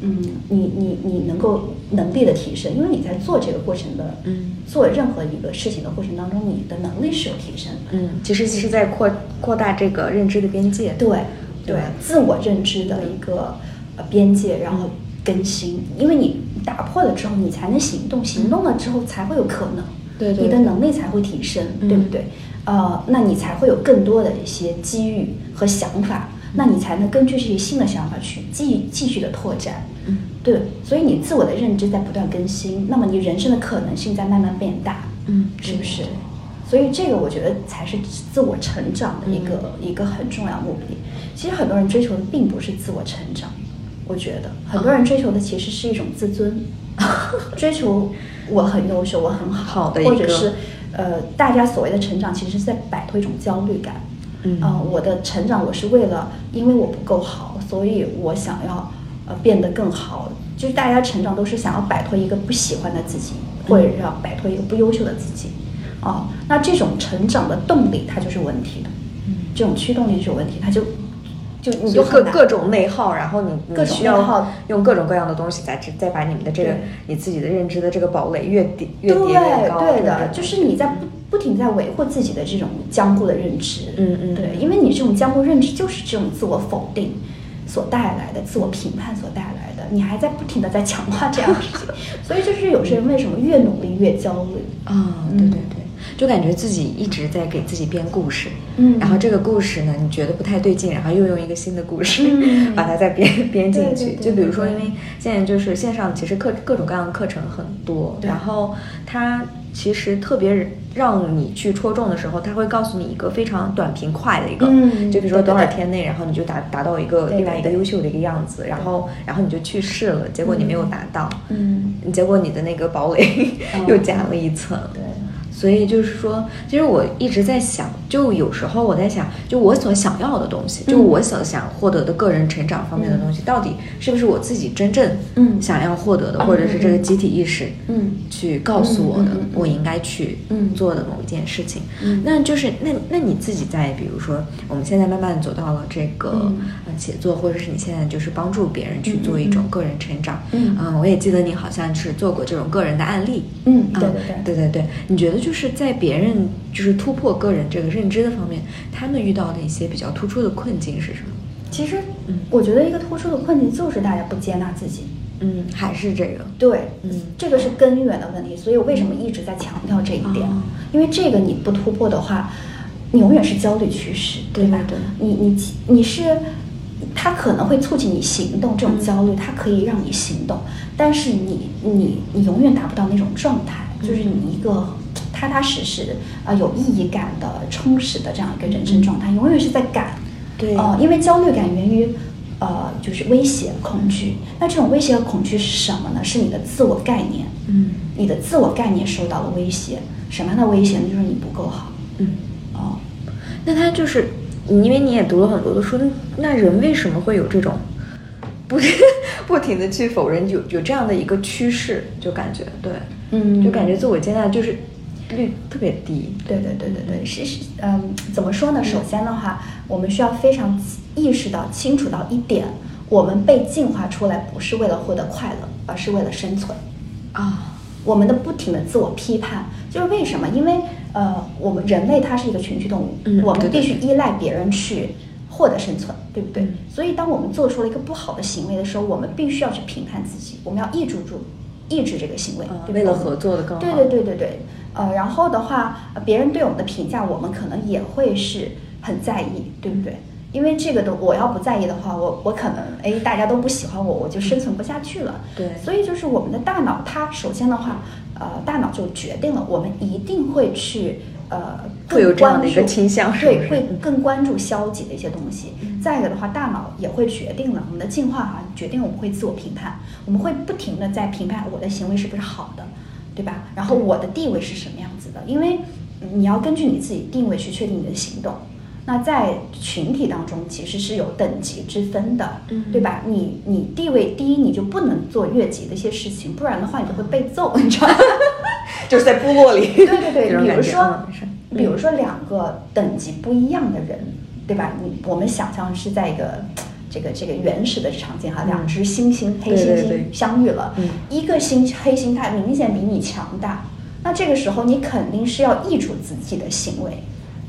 [SPEAKER 2] 嗯，你你你能够能力的提升，因为你在做这个过程的，
[SPEAKER 1] 嗯
[SPEAKER 2] 做任何一个事情的过程当中，你的能力是有提升的。
[SPEAKER 1] 嗯，其实是在扩扩大这个认知的边界。
[SPEAKER 2] 对
[SPEAKER 1] 对
[SPEAKER 2] 对，自我认知的一个呃边界，然后更新，因为你打破了之后，你才能行动，行动了之后才会有可能，
[SPEAKER 1] 嗯对对
[SPEAKER 2] 你的
[SPEAKER 1] 对
[SPEAKER 2] 能力才会提升，
[SPEAKER 1] 嗯
[SPEAKER 2] 对不对？呃，那你才会有更多的一些机遇和想法，那
[SPEAKER 1] 嗯
[SPEAKER 2] 你才能根据这些新的想法去继继续的拓展。
[SPEAKER 1] 嗯
[SPEAKER 2] 对，所以你自我的认知在不断更新，那么你人生的可能性在慢慢变大。
[SPEAKER 1] 嗯
[SPEAKER 2] 是不是？所以这个我觉得才是自我成长的一个、
[SPEAKER 1] 嗯
[SPEAKER 2] 一个很重要目的。其实很多人追求的并不是自我成长，我觉得很
[SPEAKER 1] 哦
[SPEAKER 2] 多人追求的其实是一种自 尊，追求我很优秀，我很好，
[SPEAKER 1] 好的一个
[SPEAKER 2] 或者是呃，大家所谓的成长，其实是在摆脱一种焦虑感。
[SPEAKER 1] 嗯
[SPEAKER 2] 呃我的成长我是为了，因为我不够好，所以我想要呃变得更好。就是大家成长都是想要摆脱一个不喜欢的自己，或者
[SPEAKER 1] 嗯
[SPEAKER 2] 要摆脱一个不优秀的自己。哦，那这种成长的动力它就是有问题的，这种驱动力就是有问题，它就就你就
[SPEAKER 1] 嗯就各
[SPEAKER 2] 很难
[SPEAKER 1] 各种内耗，然后你你
[SPEAKER 2] 各种
[SPEAKER 1] 需
[SPEAKER 2] 内耗
[SPEAKER 1] 要用各种各样的东西再再把你们的这个
[SPEAKER 2] 对
[SPEAKER 1] 你自己的认知的这个堡垒越叠越
[SPEAKER 2] 对
[SPEAKER 1] 叠越高，
[SPEAKER 2] 对
[SPEAKER 1] 不
[SPEAKER 2] 的，就是你在不不停在维护自己的这种坚固的认知，
[SPEAKER 1] 嗯嗯
[SPEAKER 2] 对，因为你这种坚固认知就是这种自我否定所带来的，自我评判所带来的，你还在不停的在强化这样的事 情，所以就是有些人为什么越努力越焦虑，
[SPEAKER 1] 啊、
[SPEAKER 2] 嗯
[SPEAKER 1] 对对对，就感觉自己一直在给自己编故事，
[SPEAKER 2] 嗯
[SPEAKER 1] 然后这个故事呢，你觉得不太对劲，然后又用一个新的故事、
[SPEAKER 2] 嗯
[SPEAKER 1] 把它再编编进
[SPEAKER 2] 对对
[SPEAKER 1] 去。
[SPEAKER 2] 对
[SPEAKER 1] 就比如说，
[SPEAKER 2] 对
[SPEAKER 1] 因为现在就是线上，其实课各种各样的课程很多，
[SPEAKER 2] 对
[SPEAKER 1] 然后它其实特别让你去戳中的时候，它会告诉你一个非常短平快的一个，
[SPEAKER 2] 嗯
[SPEAKER 1] 就比如说
[SPEAKER 2] 对对
[SPEAKER 1] 多少
[SPEAKER 2] 对
[SPEAKER 1] 天内，然后你就达达到一个
[SPEAKER 2] 对对
[SPEAKER 1] 另外一个
[SPEAKER 2] 对
[SPEAKER 1] 优秀的一个样子，然后然后你就去试了，结果你没有达到，
[SPEAKER 2] 嗯，
[SPEAKER 1] 结果你的那个堡垒
[SPEAKER 2] 嗯
[SPEAKER 1] 又加了一层，
[SPEAKER 2] 对。
[SPEAKER 1] 所以就是说，其实我一直在想，就有时候我在想，就我所想要的东西，就
[SPEAKER 2] 嗯
[SPEAKER 1] 我所想获得的个人成长方面的东西，到底是不是我自己真正
[SPEAKER 2] 嗯
[SPEAKER 1] 想要获得的，
[SPEAKER 2] 嗯
[SPEAKER 1] 或者是这个集体意识
[SPEAKER 2] 嗯
[SPEAKER 1] 去告诉我的
[SPEAKER 2] 嗯嗯嗯，嗯
[SPEAKER 1] 我应该去
[SPEAKER 2] 嗯
[SPEAKER 1] 做的某一件事情。
[SPEAKER 2] 嗯
[SPEAKER 1] 那就是那那你自己在比如说，我们现在慢慢走到了这个
[SPEAKER 2] 嗯
[SPEAKER 1] 呃写作，或者是你现在就是帮助别人去做一种个人成长。
[SPEAKER 2] 嗯
[SPEAKER 1] 嗯，我也记得你好像是做过这种个人的案例。
[SPEAKER 2] 嗯，
[SPEAKER 1] 啊
[SPEAKER 2] 对对
[SPEAKER 1] 对
[SPEAKER 2] 对。
[SPEAKER 1] 对对，你觉得就是在别人就是突破个人这个认知的方面，他们遇到的一些比较突出的困境是什么？
[SPEAKER 2] 其实
[SPEAKER 1] 嗯，
[SPEAKER 2] 我觉得一个突出的困境就是大家不接纳自己。
[SPEAKER 1] 嗯，还是这个，
[SPEAKER 2] 对，
[SPEAKER 1] 嗯
[SPEAKER 2] 这个是根源的问题，所以我为什么一直在强调这一点？
[SPEAKER 1] 哦
[SPEAKER 2] 因为这个你不突破的话，你永远是焦虑驱使，
[SPEAKER 1] 对
[SPEAKER 2] 吧？
[SPEAKER 1] 对
[SPEAKER 2] 你你你是，它可能会促进你行动，这种焦虑它可以让你行动，但是你你你永远达不到那种状态，
[SPEAKER 1] 嗯
[SPEAKER 2] 就是你一个。踏踏实实，呃，有意义感的、充实的这样一个人生状态，永远是在赶，
[SPEAKER 1] 嗯对
[SPEAKER 2] 呃，因为焦虑感源于呃，就是威胁、恐惧。那这种威胁和恐惧是什么呢？是你的自我概念，
[SPEAKER 1] 嗯
[SPEAKER 2] 你的自我概念受到了威胁。什么样的威胁呢？就是你不够好。
[SPEAKER 1] 嗯，
[SPEAKER 2] 哦，
[SPEAKER 1] 那他就是，因为你也读了很多的书，那那人为什么会有这种不 不停的去否认有有这样的一个趋势？就感觉对，
[SPEAKER 2] 嗯
[SPEAKER 1] 就感觉自我接纳就是率特别低，
[SPEAKER 2] 对对对对对，是是，嗯，怎么说呢？首先的话，我们需要非常意识到、清楚到一点，我们被进化出来不是为了获得快乐，而是为了生存。
[SPEAKER 1] 啊，
[SPEAKER 2] 我们的不停的自我批判，就是为什么？因为呃，我们人类它是一个群居动物，
[SPEAKER 1] 嗯
[SPEAKER 2] 我们
[SPEAKER 1] 对对
[SPEAKER 2] 必须依赖别人去获得生存，对不对？
[SPEAKER 1] 嗯
[SPEAKER 2] 所以，当我们做出了一个不好的行为的时候，我们必须要去评判自己，我们要抑制住，抑制这个行为，
[SPEAKER 1] 啊
[SPEAKER 2] 对不对
[SPEAKER 1] 为了合作的更好，
[SPEAKER 2] 对对对对对，呃，然后的话，呃别人对我们的评价，我们可能也会是很在意，对不对？因为这个的，我要不在意的话，我我可能哎，大家都不喜欢我，我就生存不下去了。
[SPEAKER 1] 对
[SPEAKER 2] 所以就是我们的大脑，它首先的话，呃，大脑就决定了我们一定会去呃，
[SPEAKER 1] 会有
[SPEAKER 2] 更
[SPEAKER 1] 这样的
[SPEAKER 2] 关
[SPEAKER 1] 一个
[SPEAKER 2] 注
[SPEAKER 1] 倾向是不
[SPEAKER 2] 对，
[SPEAKER 1] 是
[SPEAKER 2] 会更关注消极的一些东西。再一个的话，大脑也会决定了我们的进化啊，决定我们会自我评判，我们会不停的在评判我的行为是不是好的，对吧？然后我的地位是什么样子的？因为你要根据你自己定位去确定你的行动。那在群体当中其实是有等级之分的，
[SPEAKER 1] 嗯
[SPEAKER 2] 对吧？你你地位低，你就不能做越级的一些事情，不然的话你就会被揍，你知道吗？
[SPEAKER 1] 就是在部落里，
[SPEAKER 2] 对对对，
[SPEAKER 1] 这种
[SPEAKER 2] 比如
[SPEAKER 1] 感觉
[SPEAKER 2] 说
[SPEAKER 1] 嗯是，
[SPEAKER 2] 比如说两个等级不一样的人，对吧？你我们想象是在一个这个这个原始的场景哈，
[SPEAKER 1] 嗯
[SPEAKER 2] 两只猩猩黑
[SPEAKER 1] 对
[SPEAKER 2] 猩
[SPEAKER 1] 对对
[SPEAKER 2] 猩相遇了，
[SPEAKER 1] 嗯
[SPEAKER 2] 一个猩黑猩它明显比你强大，那这个时候你肯定是要抑制自己的行为，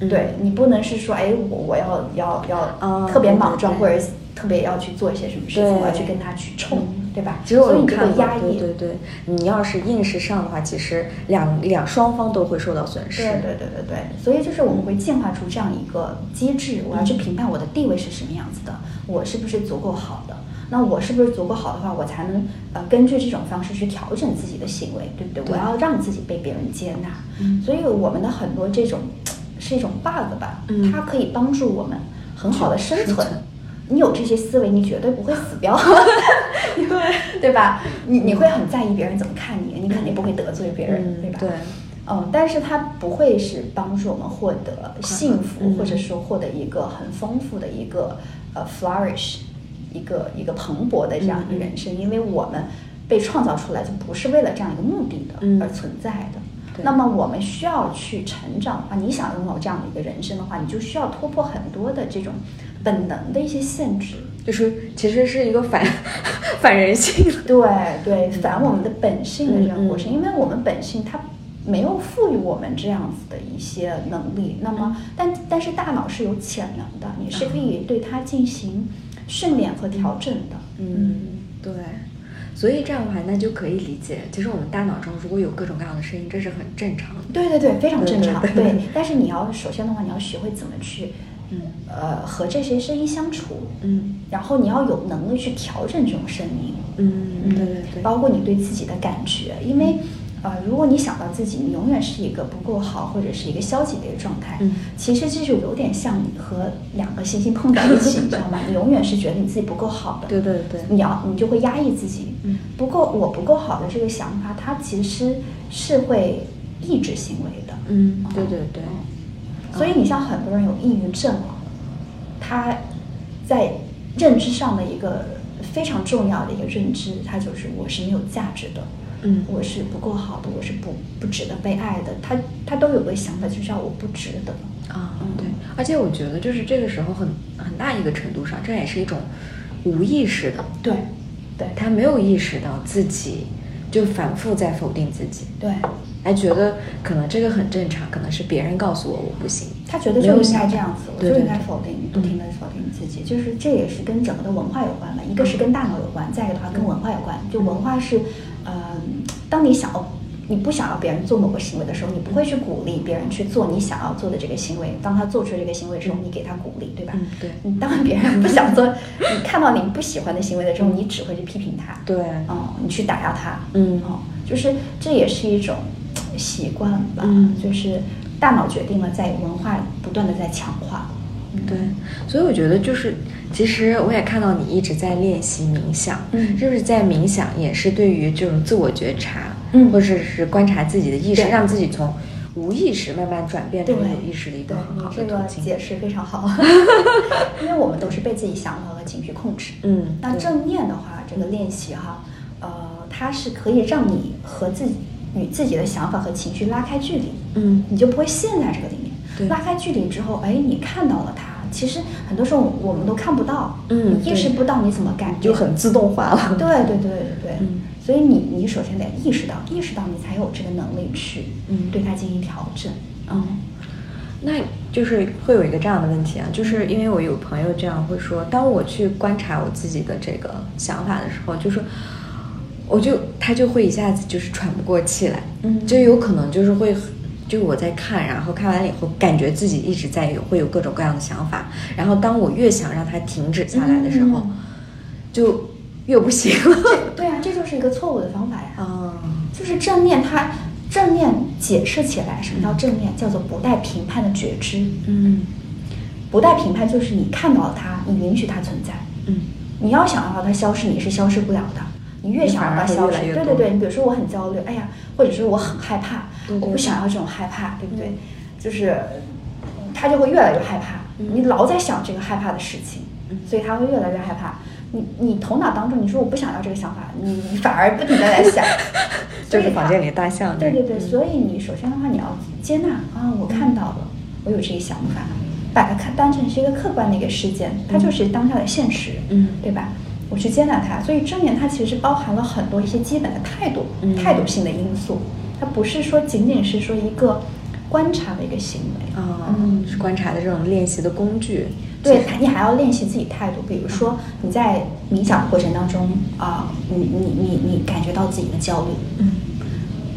[SPEAKER 1] 嗯
[SPEAKER 2] 对你不能是说哎我我要要要
[SPEAKER 1] 啊
[SPEAKER 2] 特别
[SPEAKER 1] 对对
[SPEAKER 2] 莽撞
[SPEAKER 1] 对
[SPEAKER 2] 或者特别要去做一些什么事
[SPEAKER 1] 对嗯
[SPEAKER 2] 情，我要去跟他去冲，对吧？
[SPEAKER 1] 其实我
[SPEAKER 2] 所以
[SPEAKER 1] 有
[SPEAKER 2] 你就
[SPEAKER 1] 看
[SPEAKER 2] 会
[SPEAKER 1] 过
[SPEAKER 2] 压，抑，
[SPEAKER 1] 对对对，你要是硬是上的话，其实两两双方都会受到损失。
[SPEAKER 2] 对对对对对，所以就是我们会进化出这样一个机制，我要去评判我的地位是什么样子的，我是不是足够好的。那我是不是足够好的话，我才能呃根据这种方式去调整自己的行为，对不对？
[SPEAKER 1] 对
[SPEAKER 2] 我要让自己被别人接纳。
[SPEAKER 1] 嗯
[SPEAKER 2] 所以我们的很多这种是一种 bug 吧，
[SPEAKER 1] 嗯
[SPEAKER 2] 它可以帮助我们很好的生
[SPEAKER 1] 生
[SPEAKER 2] 存。
[SPEAKER 1] 存
[SPEAKER 2] 你有这些思维，你绝对不会死掉，因为 对吧？你你会很在意别人怎么看你，你肯定不会得罪别人，
[SPEAKER 1] 嗯
[SPEAKER 2] 对吧？
[SPEAKER 1] 对
[SPEAKER 2] 嗯，但是它不会是帮助我们获得幸福，
[SPEAKER 1] 嗯
[SPEAKER 2] 或者说获得一个很丰富的一个呃 flourish，一个一个蓬勃的这样
[SPEAKER 1] 嗯
[SPEAKER 2] 一个人生，因为我们被创造出来就不是为了这样一个目的
[SPEAKER 1] 嗯
[SPEAKER 2] 的而存在的。
[SPEAKER 1] 对
[SPEAKER 2] 那么我们需要去成长的话，你想拥有这样的一个人生的话，你就需要突破很多的这种本能的一些限制。
[SPEAKER 1] 就是其实是一个反 反人性的。
[SPEAKER 2] 对对，反我们的本性的这
[SPEAKER 1] 嗯嗯
[SPEAKER 2] 样过程，因为我们本性它没有赋予我们这样子的一些能力。那么，
[SPEAKER 1] 嗯
[SPEAKER 2] 但但是大脑是有潜能的，你是可以对它进行训练和调整的。
[SPEAKER 1] 嗯，对。所以这样的话，那就可以理解。其实我们大脑中如果有各种各样的声音，这是很正常的。
[SPEAKER 2] 嗯对对对，非常正常。
[SPEAKER 1] 对对对
[SPEAKER 2] 但是你要首先的话，你要学会怎么去，
[SPEAKER 1] 嗯
[SPEAKER 2] 呃，和这些声音相处，
[SPEAKER 1] 嗯
[SPEAKER 2] 然后你要有能力去调整这种声音。
[SPEAKER 1] 嗯，对对对。
[SPEAKER 2] 包括你对自己的感觉，因为呃，如果你想到自己，你永远是一个不够好或者是一个消极的一个状态，
[SPEAKER 1] 嗯
[SPEAKER 2] 其实这就有点像你和两个星星碰到一 起，你知道吗？你永远是觉得你自己不够好的，
[SPEAKER 1] 对对对
[SPEAKER 2] 你要你就会压抑自己，
[SPEAKER 1] 嗯
[SPEAKER 2] 不够我不够好的这个想法，它其实是会抑制行为的。
[SPEAKER 1] 嗯
[SPEAKER 2] 嗯
[SPEAKER 3] 对对对，
[SPEAKER 2] 所以你像很多人有抑郁症啊，他在认知上的一个非常重要的一个认知，他就是我是没有价值的，
[SPEAKER 1] 嗯
[SPEAKER 2] 我是不够好的，我是不不值得被爱的，他他都有个想法，就叫我不值得。
[SPEAKER 1] 啊，对，而且我觉得就是这个时候很很大一个程度上，这也是一种无意识的，
[SPEAKER 2] 对，对，
[SPEAKER 1] 他没有意识到自己就反复在否定自己，
[SPEAKER 2] 对，
[SPEAKER 1] 还觉得可能这个很正常，可能是别人告诉我我不行，
[SPEAKER 2] 他觉得
[SPEAKER 1] 没有
[SPEAKER 2] 就应该
[SPEAKER 1] 想
[SPEAKER 2] 这样子，我
[SPEAKER 1] 对
[SPEAKER 2] 就
[SPEAKER 1] 对
[SPEAKER 2] 应该
[SPEAKER 1] 对嗯
[SPEAKER 2] 否定，不停的否定自己，就是这也是跟整个的文化有关吧，一个是
[SPEAKER 1] 嗯
[SPEAKER 2] 跟大脑有关，再一个的话跟文化有关。就文化是，呃，当你想要你不想要别人做某个行为的时候，你不会去鼓励别人去做你想要做的这个行为。当他做出这个行为之后，你给他鼓励，对吧？
[SPEAKER 1] 嗯对
[SPEAKER 2] 你当别人不想做，你看到你不喜欢的行为的时候，你只会去批评他。
[SPEAKER 1] 对
[SPEAKER 2] 哦，你去打压他，
[SPEAKER 1] 嗯
[SPEAKER 2] 哦，就是这也是一种呃习惯吧，
[SPEAKER 1] 嗯
[SPEAKER 2] 就是大脑决定了在文化不断的在强化，
[SPEAKER 1] 嗯
[SPEAKER 2] 嗯
[SPEAKER 1] 对，所以我觉得就是，其实我也看到你一直在练习冥想，
[SPEAKER 2] 嗯
[SPEAKER 1] 是不是在冥想也是对于这种自我觉察，
[SPEAKER 2] 嗯
[SPEAKER 1] 或者是观察自己的意识，
[SPEAKER 2] 对
[SPEAKER 1] 让自己从无意识慢慢转变成
[SPEAKER 2] 对，
[SPEAKER 1] 有意识的一个很
[SPEAKER 2] 对
[SPEAKER 1] 好
[SPEAKER 2] 你
[SPEAKER 1] 的
[SPEAKER 2] 这
[SPEAKER 1] 途
[SPEAKER 2] 个
[SPEAKER 1] 径。
[SPEAKER 2] 解释非 常好， 因为我们都是被自己想法和情绪控制，
[SPEAKER 1] 嗯
[SPEAKER 2] 那
[SPEAKER 1] 对
[SPEAKER 2] 正念的话，这个练习哈，呃，它是可以让你和自己与自己的想法和情绪拉开距离，
[SPEAKER 1] 嗯
[SPEAKER 2] 你就不会陷在这个里面。
[SPEAKER 1] 对
[SPEAKER 2] 拉开距离之后，哎，你看到了它。其实很多时候我们都看不到，
[SPEAKER 1] 嗯
[SPEAKER 2] 你意识
[SPEAKER 1] 对
[SPEAKER 2] 不到你怎么改变，
[SPEAKER 1] 就很自动化了。
[SPEAKER 2] 对对对对对，
[SPEAKER 1] 嗯
[SPEAKER 2] 所以你你首先得意识到，意识到你才有这个能力去
[SPEAKER 1] 嗯
[SPEAKER 2] 对它进行调整。
[SPEAKER 1] 嗯，那就是会有一个这样的问题啊，就是因为我有朋友这样会说，当我去观察我自己的这个想法的时候，就是我就他就会一下子就是喘不过气来，
[SPEAKER 2] 嗯
[SPEAKER 1] 就有可能就是会。就我在看，然后看完了以后，感觉自己一直在有会有各种各样的想法，然后当我越想让它停止下来的时候，
[SPEAKER 2] 嗯
[SPEAKER 1] 就越不行了。
[SPEAKER 2] 对啊，这哦就是一个错误的方法呀。
[SPEAKER 1] 啊，
[SPEAKER 2] 就是正念它，正念解释起来，什么叫正念？叫做不带评判的觉知。
[SPEAKER 1] 嗯
[SPEAKER 2] 不带评判就是你看到了它，你允许它存在。
[SPEAKER 1] 嗯
[SPEAKER 2] 你要想要让它消失，你是消失不了的。你越想让它
[SPEAKER 1] 你
[SPEAKER 2] 消失，
[SPEAKER 1] 反而会越来越
[SPEAKER 2] 对
[SPEAKER 1] 多
[SPEAKER 2] 对对，你比如说我很焦虑，哎呀，或者是我很害怕，
[SPEAKER 1] 对对
[SPEAKER 2] 我不想要这种害怕，对不对？
[SPEAKER 1] 嗯
[SPEAKER 2] 就是他就会越来越害怕，
[SPEAKER 1] 嗯
[SPEAKER 2] 你老在想这个害怕的事情，
[SPEAKER 1] 嗯，
[SPEAKER 2] 所以他会越来越害怕。你你头脑当中你说我不想要这个想法，你你反而不停的在想
[SPEAKER 1] 就是房间里的大象
[SPEAKER 2] 对对
[SPEAKER 1] 那
[SPEAKER 2] 对，
[SPEAKER 1] 个嗯
[SPEAKER 2] 所以你首先的话，你要接纳啊，我看到了，我有这些想法，把它看当成是一个客观的一个事件，它就是当下的现实，
[SPEAKER 1] 嗯
[SPEAKER 2] 对吧？我去接纳它，所以正念它其实包含了很多一些基本的态度、
[SPEAKER 1] 嗯
[SPEAKER 2] 态度性的因素，它不是说仅仅是说一个观察的一个行为，
[SPEAKER 1] 啊，
[SPEAKER 2] 嗯
[SPEAKER 1] 是观察的这种练习的工具。
[SPEAKER 2] 对，你还要练习自己态度。比如说
[SPEAKER 1] 嗯
[SPEAKER 2] 你在冥想的过程当中啊、你你你你感觉到自己的焦虑，
[SPEAKER 1] 嗯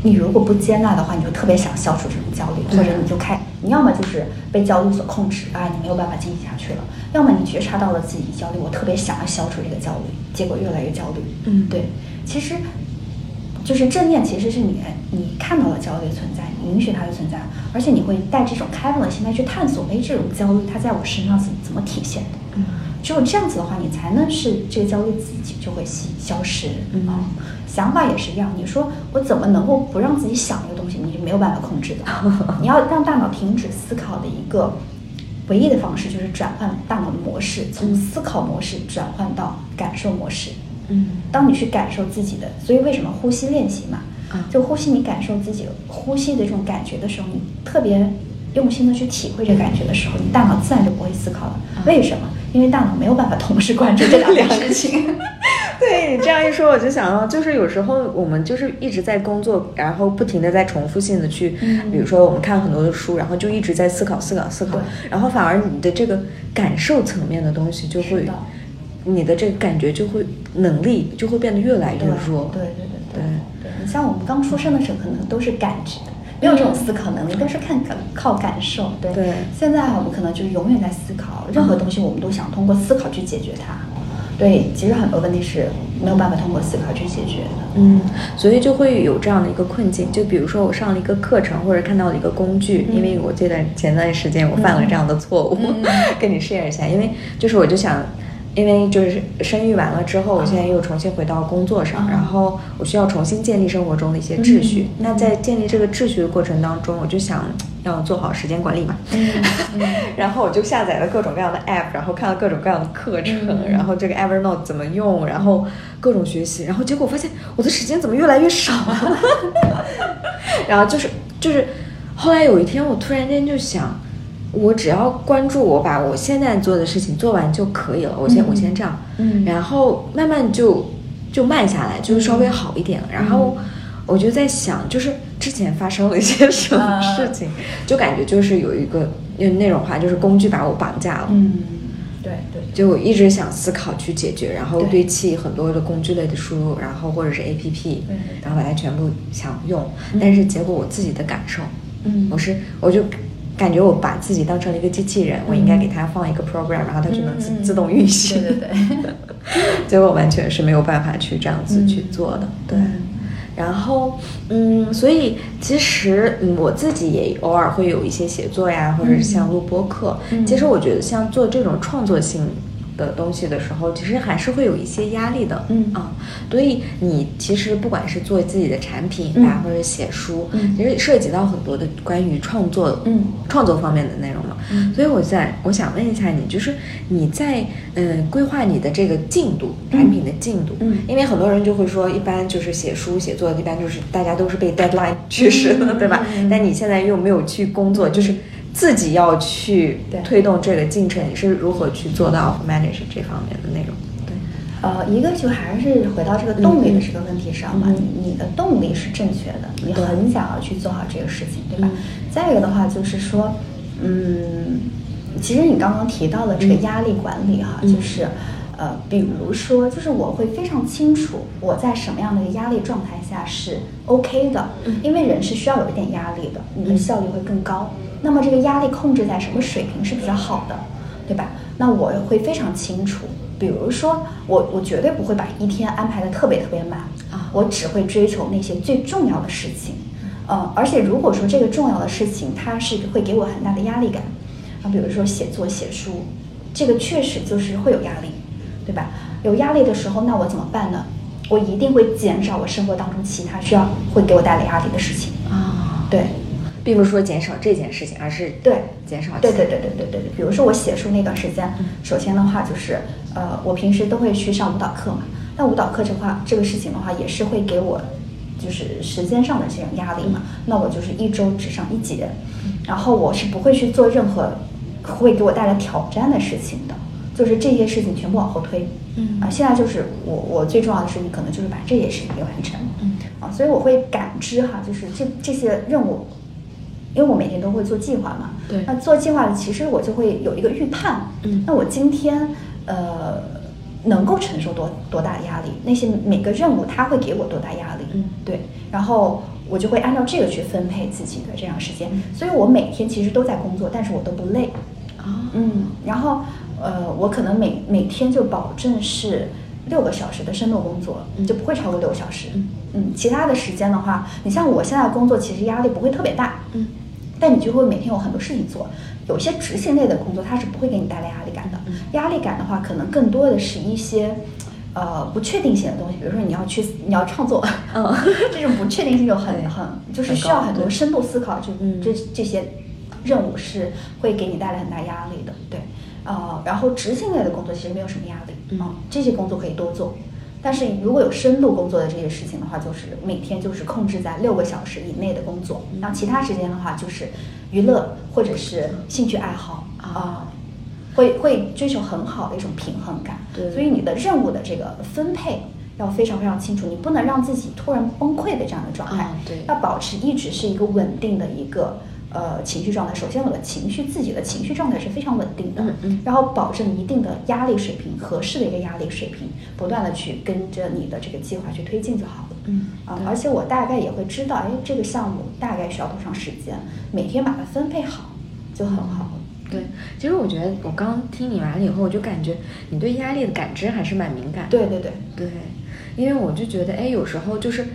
[SPEAKER 2] 你如果不接纳的话，你就特别想消除这种焦虑，
[SPEAKER 1] 对
[SPEAKER 2] 或者你就开，你要么就是被焦虑所控制啊，你没有办法进行下去了；
[SPEAKER 1] 嗯
[SPEAKER 2] 要么你觉察到了自己焦虑，我特别想要消除这个焦虑，结果越来越焦虑。
[SPEAKER 1] 嗯
[SPEAKER 2] 对，其实就是正念，其实是你你看到了焦虑的存在，你允许它的存在，而且你会带这种开放的心态去探索，哎，这种焦虑它在我身上怎怎么体现的？
[SPEAKER 1] 嗯
[SPEAKER 2] 只有这样子的话，你才能是这个焦虑自己就会消消失啊、
[SPEAKER 1] 嗯
[SPEAKER 2] 想法也是一样，你说我怎么能够不让自己想这个东西？你是没有办法控制的。 你要让大脑停止思考的一个唯一的方式，就是转换大脑的模式，从
[SPEAKER 1] 嗯
[SPEAKER 2] 思考模式转换到感受模式。
[SPEAKER 1] 嗯
[SPEAKER 2] 当你去感受自己的，所以为什么呼吸练习嘛
[SPEAKER 1] 啊，
[SPEAKER 2] 就呼吸，你感受自己呼吸的这种感觉的时候，你特别用心的去体会这感觉的时候，你大脑自然就不会思考了。为什么？因为大脑没有办法同时关注这 两件事情。
[SPEAKER 1] 对你这样一说，我就想到，就是有时候我们就是一直在工作，然后不停的在重复性的去，
[SPEAKER 2] 嗯
[SPEAKER 1] 比如说我们看很多的书，然后就一直在思考、思考、思考
[SPEAKER 2] 对，
[SPEAKER 1] 然后反而你的这个感受层面的东西就是会
[SPEAKER 2] 的，
[SPEAKER 1] 你的这个感觉就会能力就会变得越来越
[SPEAKER 2] 对
[SPEAKER 1] 弱。
[SPEAKER 2] 对对对
[SPEAKER 1] 对
[SPEAKER 2] 对。你像我们刚出生的时候，可能都是感知的，没有这种思考能力，都是看感靠感受。对。
[SPEAKER 1] 对
[SPEAKER 2] 现在我们可能就是永远在思考，任何东西我们都想通过思考去解决它。对，其实很多问题是没有办法通过思考去解决的。
[SPEAKER 1] 嗯，所以就会有这样的一个困境。就比如说我上了一个课程，或者看到了一个工具，
[SPEAKER 2] 嗯
[SPEAKER 1] 因为我这段前段时间我犯了这样的错误，
[SPEAKER 2] 嗯嗯
[SPEAKER 1] 跟你 share 一下。因为就是我就想，因为就是生育完了之后，我现在又重新回到工作上，
[SPEAKER 2] 嗯
[SPEAKER 1] 然后我需要重新建立生活中的一些秩序。
[SPEAKER 2] 嗯
[SPEAKER 1] 那在建立这个秩序的过程当中，我就想要做好时间管理嘛，
[SPEAKER 2] 嗯嗯
[SPEAKER 1] 然后我就下载了各种各样的 app，然后看了各种各样的课程，
[SPEAKER 2] 嗯
[SPEAKER 1] 然后这个 Evernote 怎么用，然后各种学习，然后结果我发现我的时间怎么越来越少啊？ 然后就是就是，后来有一天我突然间就想，我只要关注我把我现在做的事情做完就可以了，我先、
[SPEAKER 2] 嗯
[SPEAKER 1] 我先这样，
[SPEAKER 2] 嗯
[SPEAKER 1] 然后慢慢就就慢下来，就是稍微好一点了，然后。
[SPEAKER 2] 嗯
[SPEAKER 1] 我就在想，就是之前发生了一些什么
[SPEAKER 2] 啊
[SPEAKER 1] 事 情，就感觉就是有一个呃用那种话，就是工具把我绑架了。
[SPEAKER 2] 嗯，对对对，
[SPEAKER 1] 就我一直想思考去解决，然后
[SPEAKER 2] 对
[SPEAKER 1] 堆砌很多的工具类的输入，然后或者是 A P P，
[SPEAKER 2] 对
[SPEAKER 1] 然后把它全部想用
[SPEAKER 2] 嗯，
[SPEAKER 1] 但是结果我自己的感受，
[SPEAKER 2] 嗯
[SPEAKER 1] 我是我就感觉我把自己当成了一个机器人，我应该给它放一个 program，然后它就能自
[SPEAKER 2] 嗯嗯嗯
[SPEAKER 1] 自动运行。
[SPEAKER 2] 对对 对，
[SPEAKER 1] 结果完全是没有办法去这样子去做的。
[SPEAKER 2] 嗯
[SPEAKER 1] 对
[SPEAKER 2] 嗯，
[SPEAKER 1] 然后嗯，所以其实嗯，我自己也偶尔会有一些写作呀，或者是像录播课。
[SPEAKER 2] 嗯
[SPEAKER 1] 其实我觉得像做这种创作性。的东西的时候，其实还是会有一些压力的，
[SPEAKER 2] 嗯
[SPEAKER 1] 啊，所以你其实不管是做自己的产品
[SPEAKER 2] 嗯
[SPEAKER 1] 啊，或者写书，
[SPEAKER 2] 嗯
[SPEAKER 1] 其实涉及到很多的关于创作，
[SPEAKER 2] 嗯
[SPEAKER 1] 创作方面的内容嘛，
[SPEAKER 2] 嗯
[SPEAKER 1] 所以我在我想问一下你，就是你在嗯、呃规划你的这个进度，
[SPEAKER 2] 嗯
[SPEAKER 1] 产品的进度，
[SPEAKER 2] 嗯
[SPEAKER 1] 因为很多人就会说，一般就是写书写作，一般就是大家都是被 deadline 驱使的，
[SPEAKER 2] 嗯
[SPEAKER 1] 对吧？
[SPEAKER 2] 嗯嗯
[SPEAKER 1] 但你现在又没有去工作，就是自己要去
[SPEAKER 2] 对嗯
[SPEAKER 1] 推动这个进程，你是如何去做到 manage 这方面的内容？对，
[SPEAKER 2] 呃，一个就还是回到这个动力的这个问题上吧，
[SPEAKER 1] 嗯
[SPEAKER 2] 你你的动力是正确的，你
[SPEAKER 1] 对
[SPEAKER 2] 很想要去做好这个事情，对吧？
[SPEAKER 1] 嗯
[SPEAKER 2] 再一个的话就是说，嗯，其实你刚刚提到了这个
[SPEAKER 1] 嗯
[SPEAKER 2] 压力管理哈，
[SPEAKER 1] 嗯
[SPEAKER 2] 就是。呃，比如说，就是我会非常清楚我在什么样的一个压力状态下是 OK 的，
[SPEAKER 1] 嗯
[SPEAKER 2] 因为人是需要有一点压力的，你的
[SPEAKER 1] 嗯
[SPEAKER 2] 效率会更高。那么这个压力控制在什么水平是比较好的，对吧？那我会非常清楚。比如说，我我绝对不会把一天安排的特别特别满
[SPEAKER 1] 啊
[SPEAKER 2] 我只会追求那些最重要的事情。呃，而且如果说这个重要的事情它是会给我很大的压力感，啊，比如说写作、写书，这个确实就是会有压力，对吧？有压力的时候，那我怎么办呢？我一定会减少我生活当中其他需要会给我带来压力的事情。
[SPEAKER 1] 啊，
[SPEAKER 2] 对，
[SPEAKER 1] 并不是说减少这件事情，而是
[SPEAKER 2] 对
[SPEAKER 1] 减少
[SPEAKER 2] 对
[SPEAKER 1] 其
[SPEAKER 2] 对对对对对对，比如说我写书那段时间，
[SPEAKER 1] 嗯
[SPEAKER 2] 首先的话就是，呃，我平时都会去上舞蹈课嘛。那舞蹈课这话这个事情的话，也是会给我就是时间上的这种压力嘛。
[SPEAKER 1] 嗯
[SPEAKER 2] 那我就是一周只上一节，然后我是不会去做任何会给我带来挑战的事情的，就是这些事情全部往后推。
[SPEAKER 1] 嗯
[SPEAKER 2] 啊，现在就是我我最重要的事情，可能就是把这些事情给完成。
[SPEAKER 1] 嗯
[SPEAKER 2] 啊，所以我会感知哈，就是这这些任务，因为我每天都会做计划嘛。
[SPEAKER 1] 对
[SPEAKER 2] 那做计划其实我就会有一个预判。
[SPEAKER 1] 嗯
[SPEAKER 2] 那我今天呃能够承受多多大的压力？那些每个任务它会给我多大压力？
[SPEAKER 1] 嗯
[SPEAKER 2] 对，然后我就会按照这个去分配自己的这样时间
[SPEAKER 1] 嗯。
[SPEAKER 2] 所以我每天其实都在工作，但是我都不累。
[SPEAKER 1] 啊，
[SPEAKER 2] 嗯，然后呃，我可能每每天就保证是六个小时的深度工作，
[SPEAKER 1] 嗯
[SPEAKER 2] 就不会超过六个小时。
[SPEAKER 1] 嗯
[SPEAKER 2] 其他的时间的话，你像我现在工作，其实压力不会特别大。
[SPEAKER 1] 嗯，
[SPEAKER 2] 但你就会每天有很多事情做，有些执行类的工作它是不会给你带来压力感的。
[SPEAKER 1] 嗯
[SPEAKER 2] 压力感的话，可能更多的是一些。呃，不确定性的东西，比如说你要去，你要创作，
[SPEAKER 1] 嗯
[SPEAKER 2] 这种不确定性就很很，就是
[SPEAKER 1] 很
[SPEAKER 2] 需要
[SPEAKER 1] 高
[SPEAKER 2] 很多
[SPEAKER 1] 对
[SPEAKER 2] 深度思考，就
[SPEAKER 1] 嗯
[SPEAKER 2] 这这些任务是会给你带来很大压力的，对，呃，然后执行类的工作其实没有什么压力，
[SPEAKER 1] 嗯
[SPEAKER 2] 啊这些工作可以多做，但是如果有深度工作的这些事情的话，就是每天就是控制在六个小时以内的工作，
[SPEAKER 1] 嗯
[SPEAKER 2] 然后其他时间的话就是娱乐或者是兴趣爱好
[SPEAKER 1] 啊
[SPEAKER 2] 啊。会会追求很好的一种平衡感，
[SPEAKER 1] 对
[SPEAKER 2] 所以你的任务的这个分配要非常非常清楚，你不能让自己突然崩溃的这样的状态，
[SPEAKER 1] 啊对
[SPEAKER 2] 要保持一直是一个稳定的一个呃情绪状态。首先，我的情绪自己的情绪状态是非常稳定的，
[SPEAKER 1] 嗯嗯
[SPEAKER 2] 然后保证一定的压力水平，合适的一个压力水平，不断的去跟着你的这个计划去推进就好了。
[SPEAKER 1] 嗯
[SPEAKER 2] 啊
[SPEAKER 1] 对，
[SPEAKER 2] 而且我大概也会知道，哎，这个项目大概需要多长时间，每天把它分配好
[SPEAKER 1] 嗯
[SPEAKER 2] 就很好了。
[SPEAKER 1] 对，其实我觉得我刚听你完了以后，我就感觉你对压力的感知还是蛮敏感的。
[SPEAKER 2] 对对对，
[SPEAKER 1] 对，因为我就觉得，哎，有时候就是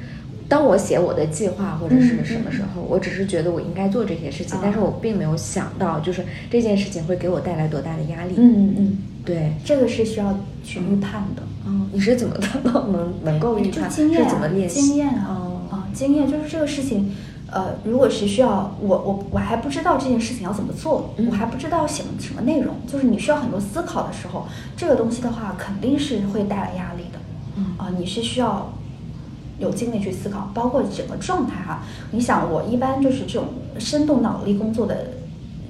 [SPEAKER 1] 当我写我的计划或者是什么时候，我只是觉得我应该做这些事情，
[SPEAKER 2] 嗯啊
[SPEAKER 1] 但是我并没有想到，就是这件事情会给我带来多大的压力。，
[SPEAKER 2] 嗯嗯，
[SPEAKER 1] 对，
[SPEAKER 2] 这个是需要去预判的。
[SPEAKER 1] 哦，你是怎么 做到能能够预
[SPEAKER 2] 就
[SPEAKER 1] 判？
[SPEAKER 2] 经验、
[SPEAKER 1] 是
[SPEAKER 2] 啊，
[SPEAKER 1] 怎么练习？
[SPEAKER 2] 经验啊，
[SPEAKER 1] 哦
[SPEAKER 2] 啊，经验就是这个事情，呃，如果是需要我我我还不知道这件事情要怎么做，
[SPEAKER 1] 嗯
[SPEAKER 2] 我还不知道写什么内容，就是你需要很多思考的时候，这个东西的话肯定是会带来压力的，
[SPEAKER 1] 嗯
[SPEAKER 2] 啊，你是需要有精力去思考，包括整个状态哈、你想，我一般就是这种深度脑力工作的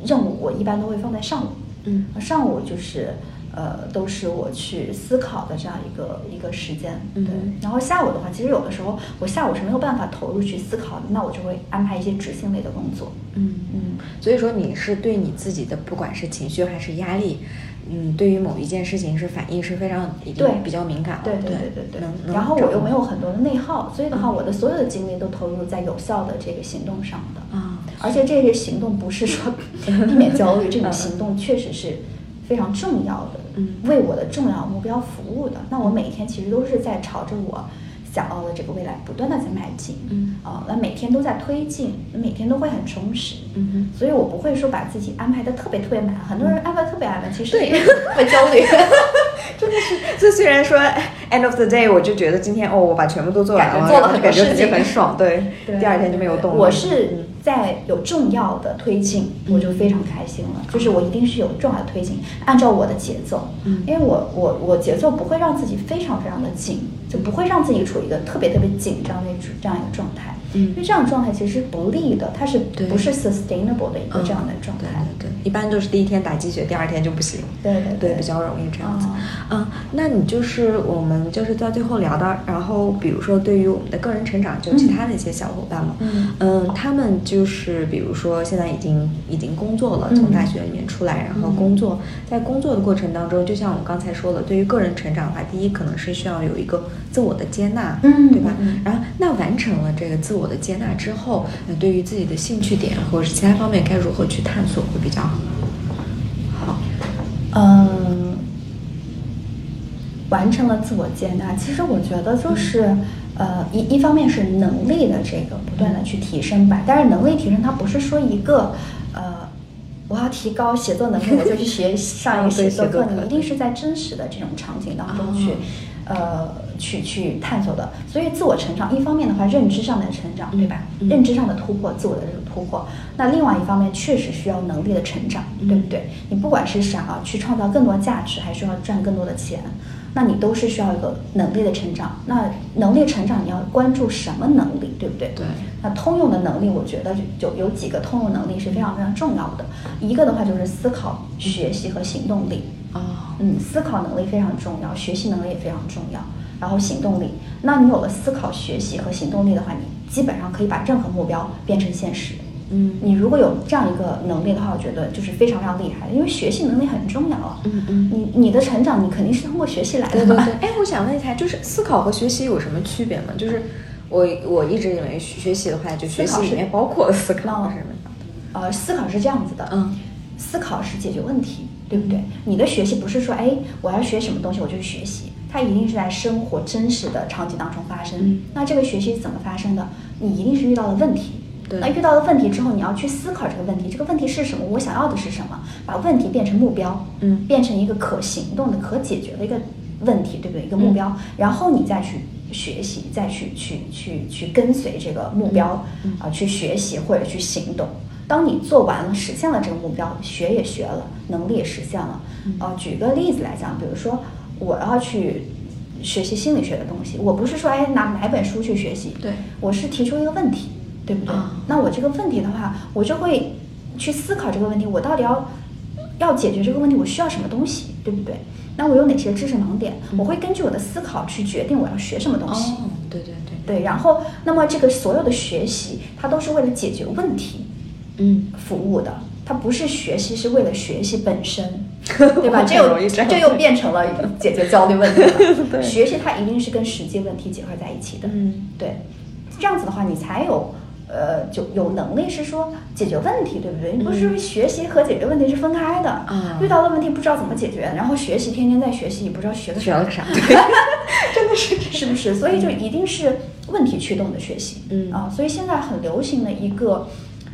[SPEAKER 2] 任务，我一般都会放在上午，
[SPEAKER 1] 嗯
[SPEAKER 2] 上午就是呃，都是我去思考的这样一个一个时间，对。
[SPEAKER 1] 嗯哼
[SPEAKER 2] 然后下午的话，其实有的时候我下午是没有办法投入去思考的，那我就会安排一些执行类的工作。
[SPEAKER 1] 嗯
[SPEAKER 2] 嗯，
[SPEAKER 1] 所以说你是对你自己的不管是情绪还是压力，嗯，对于某一件事情是反应是非常已经
[SPEAKER 2] 对
[SPEAKER 1] 比较敏感了，
[SPEAKER 2] 啊对对
[SPEAKER 1] 对
[SPEAKER 2] 对对
[SPEAKER 1] 能
[SPEAKER 2] 对。
[SPEAKER 1] 能
[SPEAKER 2] 然后我又没有
[SPEAKER 1] 掌握嗯
[SPEAKER 2] 很多的内耗，所以的话，我的所有的精力都投入在有效的这个行动上的。
[SPEAKER 1] 啊，
[SPEAKER 2] 而且这些行动不是说避免焦虑，这
[SPEAKER 1] 嗯
[SPEAKER 2] 种行动确实是非常重要的，
[SPEAKER 1] 嗯
[SPEAKER 2] 为我的重要目标服务的。那我每天其实都是在朝着我想要的这个未来不断的在迈进，
[SPEAKER 1] 嗯
[SPEAKER 2] 啊、那每天都在推进，每天都会很充实，
[SPEAKER 1] 嗯哼。
[SPEAKER 2] 所以我不会说把自己安排的特别特别满，很多人安排特别安排，其实
[SPEAKER 1] 对
[SPEAKER 2] 会焦虑。
[SPEAKER 1] 真的是， 这虽然说 end of the day，我就觉得今天哦，我把全部都做完
[SPEAKER 2] 感
[SPEAKER 1] 了，
[SPEAKER 2] 觉做了很多
[SPEAKER 1] 感觉自己
[SPEAKER 2] 事情
[SPEAKER 1] 很爽，对，
[SPEAKER 2] 对
[SPEAKER 1] 第二天就没有动力。嗯
[SPEAKER 2] 我是在有重要的推进，我就非常开心了。就是我一定是有重要的推进，按照我的节奏，
[SPEAKER 1] 嗯
[SPEAKER 2] 因为我我我节奏不会让自己非常非常的紧，就不会让自己处于一个特别特别紧张的这样一个状
[SPEAKER 1] 嗯
[SPEAKER 2] 态。因为这样的状态其实是不利的，它是
[SPEAKER 1] 对
[SPEAKER 2] 不是 sustainable 的一个
[SPEAKER 1] 嗯
[SPEAKER 2] 这样的状态？
[SPEAKER 1] 对对对，一般都是第一天打鸡血，第二天就不行。
[SPEAKER 2] 对对
[SPEAKER 1] 对，比较容易这样子
[SPEAKER 2] 哦。
[SPEAKER 1] 嗯，那你就是我们就是在最后聊到，然后比如说对于我们的个人成长，就其他的一些小伙伴嘛，
[SPEAKER 2] 嗯
[SPEAKER 1] 嗯，他们就是比如说现在已经已经工作了，从
[SPEAKER 2] 嗯
[SPEAKER 1] 大学里面出来，然后工作，在工作的过程当中，就像我们刚才说了，对于个人成长的话，第一可能是需要有一个自我的接纳，
[SPEAKER 2] 嗯
[SPEAKER 1] 对吧
[SPEAKER 2] 嗯嗯？
[SPEAKER 1] 然后那完成了这个自我的接纳之后，那对于自己的兴趣点或者是其他方面该如何去探索会比较好？
[SPEAKER 2] 嗯，完成了自我接纳。其实我觉得就是，
[SPEAKER 1] 嗯
[SPEAKER 2] 呃，一一方面是能力的这个不断的去提升吧。但是能力提升，它不是说一个，呃，我要提高写作能力，我就去学上一
[SPEAKER 1] 啊
[SPEAKER 2] 个
[SPEAKER 1] 对
[SPEAKER 2] 写作
[SPEAKER 1] 写作
[SPEAKER 2] 课。
[SPEAKER 1] 课
[SPEAKER 2] 你一定是在真实的这种场景当中去
[SPEAKER 1] 哦。
[SPEAKER 2] 呃，去去探索的，所以自我成长，一方面的话，认知上的成长，对吧？
[SPEAKER 1] 嗯
[SPEAKER 2] 认知上的突破，自我的这种突破。那另外一方面，确实需要能力的成长，
[SPEAKER 1] 嗯
[SPEAKER 2] 对不对？你不管是想要去创造更多价值，还是要赚更多的钱，那你都是需要一个能力的成长。那能力成长，你要关注什么能力，对不对？
[SPEAKER 1] 对。
[SPEAKER 2] 那通用的能力，我觉得就有有几个通用能力是非常非常重要的。一个的话就是思考、学习和行动力。
[SPEAKER 1] 哦，
[SPEAKER 2] 嗯，思考能力非常重要，学习能力也非常重要，然后行动力。那你有了思考、学习和行动力的话，你基本上可以把任何目标变成现实。
[SPEAKER 1] 嗯
[SPEAKER 2] 你如果有这样一个能力的话，我觉得就是非常非常厉害，因为学习能力很重要啊。
[SPEAKER 1] 嗯嗯
[SPEAKER 2] 你你的成长，你肯定是通过学习来
[SPEAKER 1] 对
[SPEAKER 2] 的
[SPEAKER 1] 对
[SPEAKER 2] 嘛。
[SPEAKER 1] 对，哎，我想问一下，就是思考和学习有什么区别吗？就是我我一直以为学学习的话，就学习
[SPEAKER 2] 思考
[SPEAKER 1] 里
[SPEAKER 2] 是
[SPEAKER 1] 面包括思考
[SPEAKER 2] 哦
[SPEAKER 1] 是什么样的？
[SPEAKER 2] 呃，思考是这样子的，
[SPEAKER 1] 嗯，
[SPEAKER 2] 思考是解决问题，对不对？你的学习不是说，哎，我要学什么东西我就去学习，它一定是在生活真实的场景当中发生。
[SPEAKER 1] 嗯
[SPEAKER 2] 那这个学习怎么发生的？你一定是遇到了问题。
[SPEAKER 1] 对
[SPEAKER 2] 那遇到了问题之后，你要去思考这个问题，这个问题是什么？我想要的是什么？把问题变成目标，
[SPEAKER 1] 嗯
[SPEAKER 2] 变成一个可行动的、可解决的一个问题，对不对？一个目
[SPEAKER 1] 嗯
[SPEAKER 2] 标，然后你再去学习，再去去去去跟随这个目标啊、
[SPEAKER 1] 嗯
[SPEAKER 2] 去学习或者去行动。当你做完了，实现了这个目标，学也学了，能力也实现了。
[SPEAKER 1] 嗯
[SPEAKER 2] 呃，举个例子来讲，比如说我要去学习心理学的东西，我不是说哎拿买本书去学习，
[SPEAKER 1] 对
[SPEAKER 2] 我是提出一个问题，对不对？
[SPEAKER 1] 啊
[SPEAKER 2] 那我这个问题的话，我就会去思考这个问题，我到底要要解决这个问题，我需要什么东西，对不对？那我有哪些知识盲点？我会根据我的思考去决定我要学什么东西。
[SPEAKER 1] 嗯哦，对对对，
[SPEAKER 2] 对，然后那么这个所有的学习，它都是为了解决问题
[SPEAKER 1] 嗯，
[SPEAKER 2] 服务的，它不是学习是为了学习本 身，对吧？这
[SPEAKER 1] 很容易
[SPEAKER 2] 又
[SPEAKER 1] 这样
[SPEAKER 2] 这又变成了解决焦虑问题
[SPEAKER 1] 对
[SPEAKER 2] 了。学习它一定是跟实际问题结合在一起的。
[SPEAKER 1] 嗯，
[SPEAKER 2] 对，这样子的话，你才有呃，就有能力是说解决问题，对不对？你不是学习和解决问题是分开的，
[SPEAKER 1] 嗯啊
[SPEAKER 2] 遇 到了问题不知道怎么解决，然后学习天天在学习，也不知道学个
[SPEAKER 1] 学
[SPEAKER 2] 啥
[SPEAKER 1] 了个啥？对，真的是这
[SPEAKER 2] 是不是？所以就一定是问题驱动的学习，
[SPEAKER 1] 嗯
[SPEAKER 2] 啊，所以现在很流行的一个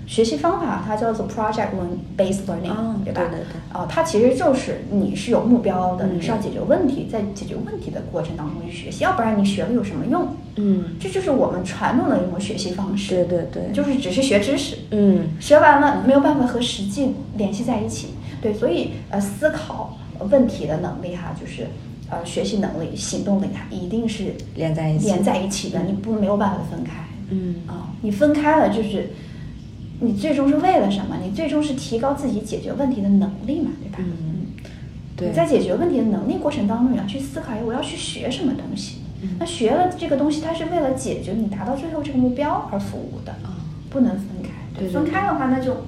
[SPEAKER 2] 学习方法，它叫做 project learn based learning，、
[SPEAKER 1] 哦
[SPEAKER 2] 对吧？
[SPEAKER 1] 对对对
[SPEAKER 2] 啊，它其实就是你是有目标的，
[SPEAKER 1] 嗯
[SPEAKER 2] 你是要解决问题，在解决问题的过程当中去学习，要不然你学了有什么用？
[SPEAKER 1] 嗯，
[SPEAKER 2] 这就是我们传统的一种学习方式，
[SPEAKER 1] 对对对，
[SPEAKER 2] 就是只是学知识，
[SPEAKER 1] 嗯
[SPEAKER 2] 学完了没有办法和实际联系在一起，对，所以呃，思考呃问题的能力哈，就是呃学习能力、行动力哈，一定是
[SPEAKER 1] 连在一起
[SPEAKER 2] 连在一起的，你不没有办法分开。
[SPEAKER 1] 嗯
[SPEAKER 2] 啊、你分开了就是你最终是为了什么？你最终是提高自己解决问题的能力嘛，对吧？
[SPEAKER 1] 嗯对
[SPEAKER 2] 你在解决问题的能力过程当中，你要去思考，哎，我要去学什么东西？
[SPEAKER 1] 嗯
[SPEAKER 2] 那学了这个东西，它是为了解决你达到最后这个目标而服务的，
[SPEAKER 1] 啊
[SPEAKER 2] 不能分开。
[SPEAKER 1] 对对
[SPEAKER 2] 分开的话那就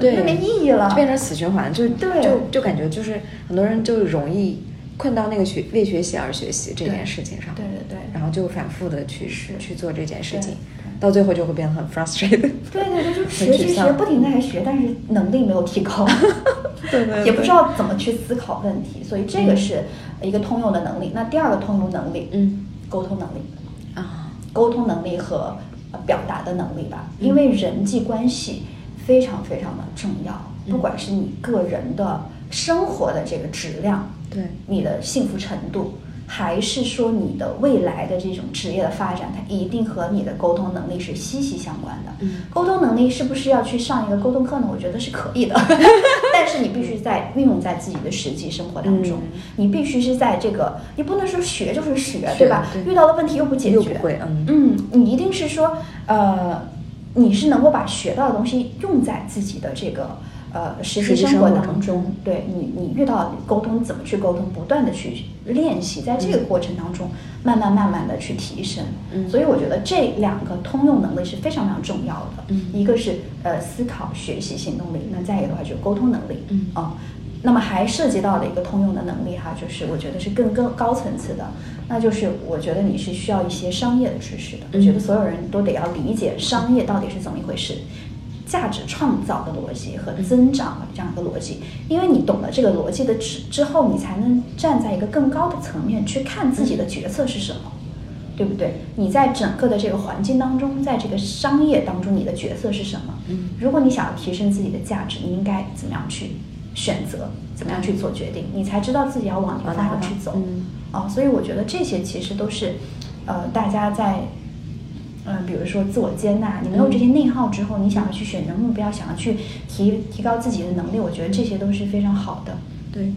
[SPEAKER 1] 对
[SPEAKER 2] 那没意义了。
[SPEAKER 1] 就变成死循环，就
[SPEAKER 2] 对
[SPEAKER 1] 就就感觉就是很多人就容易困到那个学为学习而学习这件事情上，
[SPEAKER 2] 对对对
[SPEAKER 1] 然后就反复的去
[SPEAKER 2] 是
[SPEAKER 1] 去做这件事情
[SPEAKER 2] 对，
[SPEAKER 1] 到最后就会变得很 frustrated，
[SPEAKER 2] 对对对，就
[SPEAKER 1] 很
[SPEAKER 2] 学
[SPEAKER 1] 沮
[SPEAKER 2] 学
[SPEAKER 1] 丧
[SPEAKER 2] 学，不停在学，但是能力没有提高，
[SPEAKER 1] 对对对
[SPEAKER 2] 也不知道怎么去思考问题，所以这个是一个通用的能力。那第二个通用能力，
[SPEAKER 1] 嗯，
[SPEAKER 2] 沟通能力，
[SPEAKER 1] 啊，
[SPEAKER 2] 沟通能力和呃表达的能力吧，因为人际关系非常非常的重要，
[SPEAKER 1] 嗯
[SPEAKER 2] 不管是你个人的生活的这个质量，
[SPEAKER 1] 对
[SPEAKER 2] 你的幸福程度，还是说你的未来的这种职业的发展，它一定和你的沟通能力是息息相关的。
[SPEAKER 1] 嗯
[SPEAKER 2] 沟通能力是不是要去上一个沟通课呢？我觉得是可 以的，但是你必须在运用在自己的实际生活当中，
[SPEAKER 1] 嗯
[SPEAKER 2] 你必须是在这个，你不能说学就是学，对吧？
[SPEAKER 1] 对
[SPEAKER 2] 遇到的问题又不解决，
[SPEAKER 1] 又不会嗯
[SPEAKER 2] 嗯，你一定是说，呃，你是能够把学到的东西用在自己的这个呃实际
[SPEAKER 1] 实际
[SPEAKER 2] 生活
[SPEAKER 1] 生活中
[SPEAKER 2] 当中。对你，你遇到沟通怎么去沟通，不断的去练习，在这个过程当中，慢慢慢慢的去提升。
[SPEAKER 1] 嗯
[SPEAKER 2] 所以我觉得这两个通用能力是非常非常重要的。
[SPEAKER 1] 嗯
[SPEAKER 2] 一个是呃思考、学习、行动力，那再一个的话就是沟通能力。
[SPEAKER 1] 嗯
[SPEAKER 2] 啊、那么还涉及到了一个通用的能力哈，就是我觉得是更更高层次的，那就是我觉得你是需要一些商业的知识的。
[SPEAKER 1] 嗯
[SPEAKER 2] 我觉得所有人都得要理解商业到底是怎么一回事。价值创造的逻辑和增长的这样一个逻辑，因为你懂了这个逻辑的之之后，你才能站在一个更高的层面去看自己的决策是什么，对不对？你在整个的这个环境当中，在这个商业当中，你的角色是什么？
[SPEAKER 1] 嗯
[SPEAKER 2] 如果你想要提升自己的价值，你应该怎么样去选择，怎么样去做决定，你才知道自己要往哪个
[SPEAKER 1] 往哪
[SPEAKER 2] 方
[SPEAKER 1] 个
[SPEAKER 2] 向去
[SPEAKER 1] 方
[SPEAKER 2] 走。
[SPEAKER 1] 嗯
[SPEAKER 2] 哦，所以我觉得这些其实都是，呃，大家在，呃，比如说自我接纳，你没有这些内耗之后，你想要去选择目标，想要去提提高自己的能力，我觉得这些都是非常好的。
[SPEAKER 1] 对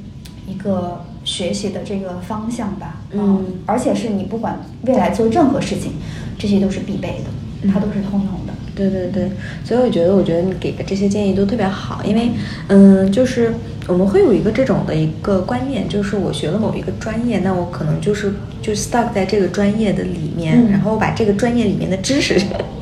[SPEAKER 2] 一个学习的这个方向吧，
[SPEAKER 1] 嗯
[SPEAKER 2] 而且是你不管未来做任何事情，这些都是必备的，
[SPEAKER 1] 嗯
[SPEAKER 2] 它都是通用的。
[SPEAKER 1] 对对对，所以我觉得，我觉得你给的这些建议都特别好，因为，嗯，就是我们会有一个这种的一个观念，就是我学了某一个专业，那我可能就是就 stuck 在这个专业的里面，
[SPEAKER 2] 嗯
[SPEAKER 1] 然后我把这个专业里面的知识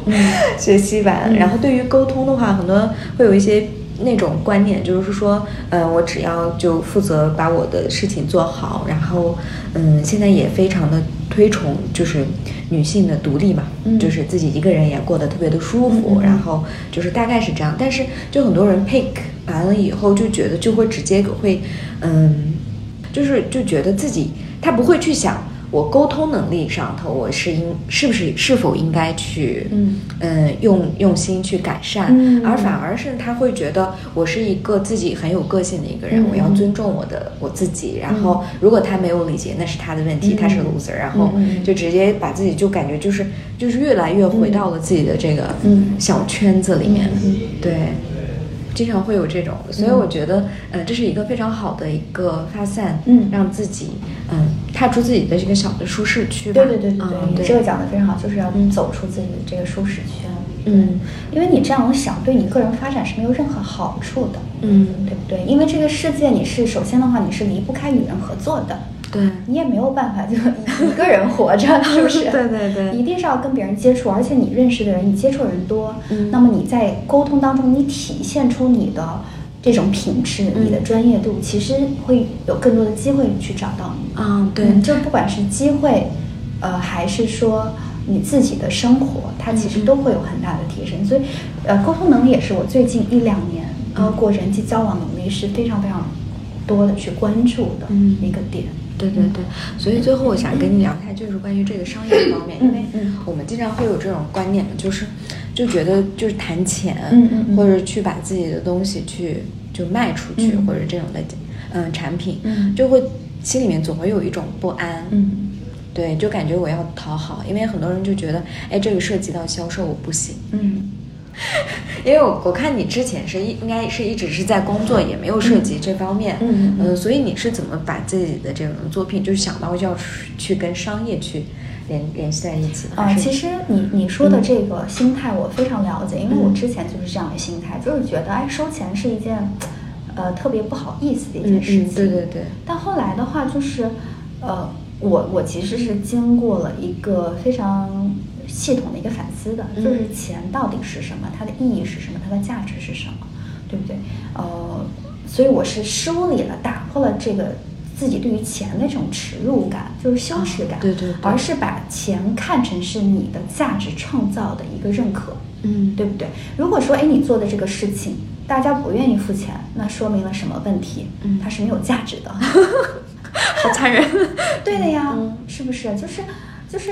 [SPEAKER 2] 嗯
[SPEAKER 1] 学习完。
[SPEAKER 2] 嗯
[SPEAKER 1] 然后对于沟通的话，很多会有一些那种观念，就是说，嗯、我只要就负责把我的事情做好，然后，嗯，现在也非常的推崇就是女性的独立嘛，
[SPEAKER 2] 嗯
[SPEAKER 1] 就是自己一个人也过得特别的舒
[SPEAKER 2] 嗯嗯
[SPEAKER 1] 服，
[SPEAKER 2] 嗯
[SPEAKER 1] 然后就是大概是这样。但是就很多人 pick 完了以后，就觉得就会直接会，嗯，就是就觉得自己他不会去想。我沟通能力上头，我是应是不是是否应该去
[SPEAKER 2] 嗯
[SPEAKER 1] 嗯用用心去改善，
[SPEAKER 2] 嗯
[SPEAKER 1] 而反而是他会觉得我是一个自己很有个性的一个人，
[SPEAKER 2] 嗯
[SPEAKER 1] 我要尊重我的我自己。然后如果他没有理解，那是他的问题，
[SPEAKER 2] 嗯
[SPEAKER 1] 他是 loser，然后
[SPEAKER 2] 嗯嗯
[SPEAKER 1] 就直接把自己就感觉就是就是越来越回到了自己的这个
[SPEAKER 2] 嗯
[SPEAKER 1] 小圈子里面，
[SPEAKER 2] 嗯
[SPEAKER 1] 对。经常会有这种，所以我觉得，呃，这是一个非常好的一个发散，
[SPEAKER 2] 嗯
[SPEAKER 1] 让自己，嗯、踏出自己的这个小的舒适区吧。
[SPEAKER 2] 对对对对对，
[SPEAKER 1] 嗯、
[SPEAKER 2] 你
[SPEAKER 1] 对
[SPEAKER 2] 这个讲的非常好，就是要
[SPEAKER 1] 嗯
[SPEAKER 2] 走出自己的这个舒适圈。
[SPEAKER 1] 嗯
[SPEAKER 2] 因为你这样想，对你个人发展是没有任何好处的，
[SPEAKER 1] 嗯
[SPEAKER 2] 对不对？因为这个世界，你是首先的话，你是离不开与人合作的，
[SPEAKER 1] 对，
[SPEAKER 2] 你也没有办法就 一一个人 活着，是不是？
[SPEAKER 1] 对对对
[SPEAKER 2] 一定是要跟别人接触，而且你认识的人，你接触的人多，
[SPEAKER 1] 嗯
[SPEAKER 2] 那么你在沟通当中，你体现出你的这种品质、
[SPEAKER 1] 嗯
[SPEAKER 2] 你的专业度，其实会有更多的机会去找到你。
[SPEAKER 1] 嗯，对，
[SPEAKER 2] 嗯就不管是机会，呃，还是说你自己的生活，它其实
[SPEAKER 1] 嗯
[SPEAKER 2] 都会有很大的提升。所以，呃，沟通能力也是我最近一两年，
[SPEAKER 1] 嗯
[SPEAKER 2] 呃包括人际交往能力是非常非常多的去关注的
[SPEAKER 1] 嗯
[SPEAKER 2] 一个点。
[SPEAKER 1] 对对对，所以最后我想跟你聊一下，就是关于这个商业方面，因为
[SPEAKER 2] 嗯
[SPEAKER 1] 我们经常会有这种观念嘛，就是就觉得就是谈钱，
[SPEAKER 2] 嗯嗯嗯
[SPEAKER 1] 或者去把自己的东西去就卖出去，
[SPEAKER 2] 嗯
[SPEAKER 1] 或者这种的嗯、产品，
[SPEAKER 2] 嗯
[SPEAKER 1] 就会心里面总会有一种不安，
[SPEAKER 2] 嗯
[SPEAKER 1] 对，就感觉我要讨好，因为很多人就觉得，哎，这个涉及到销售，我不行。
[SPEAKER 2] 嗯，
[SPEAKER 1] 因为我我看你之前是一应该是一直是在工作，也没有涉及这方面，
[SPEAKER 2] 嗯嗯嗯
[SPEAKER 1] 呃，所以你是怎么把自己的这种作品，就是想到要去去跟商业去联联系在一起的？
[SPEAKER 2] 啊、
[SPEAKER 1] 还是嗯
[SPEAKER 2] 其实你你说的这个心态我非常了解，因为我之前就是这样的心态，就是觉得哎收钱是一件，呃特别不好意思的一
[SPEAKER 1] 嗯
[SPEAKER 2] 件事情。
[SPEAKER 1] 嗯，对对对，
[SPEAKER 2] 但后来的话，就是，呃，我我其实是经过了一个非常系统的一个反思的，
[SPEAKER 1] 嗯
[SPEAKER 2] 就是钱到底是什么，它的意义是什么，它的价值是什么，对不对？呃，所以我是梳理了，打破了这个自己对于钱的这种耻辱感，就是羞耻感，
[SPEAKER 1] 啊对对对
[SPEAKER 2] 而是把钱看成是你的价值创造的一个认可，
[SPEAKER 1] 嗯
[SPEAKER 2] 对不对？如果说哎你做的这个事情大家不愿意付钱，那说明了什么问题？
[SPEAKER 1] 嗯
[SPEAKER 2] 它是没有价值 的。
[SPEAKER 1] 好残 忍。
[SPEAKER 2] 对的呀，
[SPEAKER 1] 嗯
[SPEAKER 2] 是不是？就是就是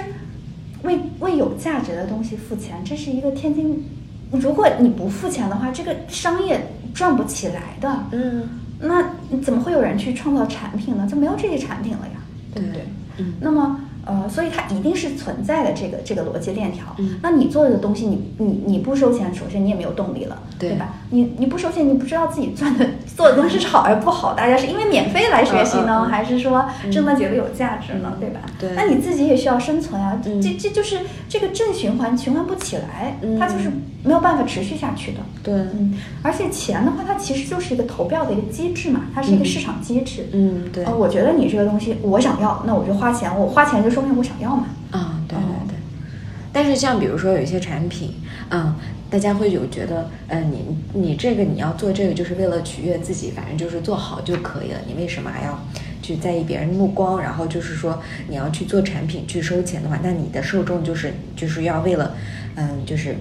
[SPEAKER 2] 为为有价值的东西付钱，这是一个天经。如果你不付钱的话，这个商业赚不起来的。
[SPEAKER 1] 嗯，
[SPEAKER 2] 那怎么会有人去创造产品呢？就没有这些产品了呀，对不对？
[SPEAKER 1] 对嗯
[SPEAKER 2] 那么。呃，所以它一定是存在的这个这个逻辑链条。
[SPEAKER 1] 嗯
[SPEAKER 2] 那你做的东西你，你你不收钱，首先你也没有动力了，
[SPEAKER 1] 对
[SPEAKER 2] 吧？你你不收钱，你不知道自己赚的做的东西是好还是不好，大家是因为免费来学习呢，
[SPEAKER 1] 嗯嗯嗯
[SPEAKER 2] 还是说真的觉得有价值呢，
[SPEAKER 1] 嗯
[SPEAKER 2] 对吧？
[SPEAKER 1] 对
[SPEAKER 2] 那你自己也需要生存啊，
[SPEAKER 1] 嗯
[SPEAKER 2] 这这就是这个正循环循环不起来，它就是
[SPEAKER 1] 嗯
[SPEAKER 2] 没有办法持续下去的。
[SPEAKER 1] 对，
[SPEAKER 2] 嗯，而且钱的话，它其实就是一个投标的一个机制嘛，它是一个市场机制。
[SPEAKER 1] 嗯对
[SPEAKER 2] 呃，我觉得你这个东西我想要，那我就花钱，我花钱就说明我想要嘛。
[SPEAKER 1] 啊，对
[SPEAKER 2] 哦
[SPEAKER 1] 对对。但是像比如说有一些产品，嗯，大家会有觉得，呃，你你这个你要做这个就是为了取悦自己，反正就是做好就可以了，你为什么还要去在意别人目光？然后就是说你要去做产品去收钱的话，那你的受众就是就是要为了，嗯，就是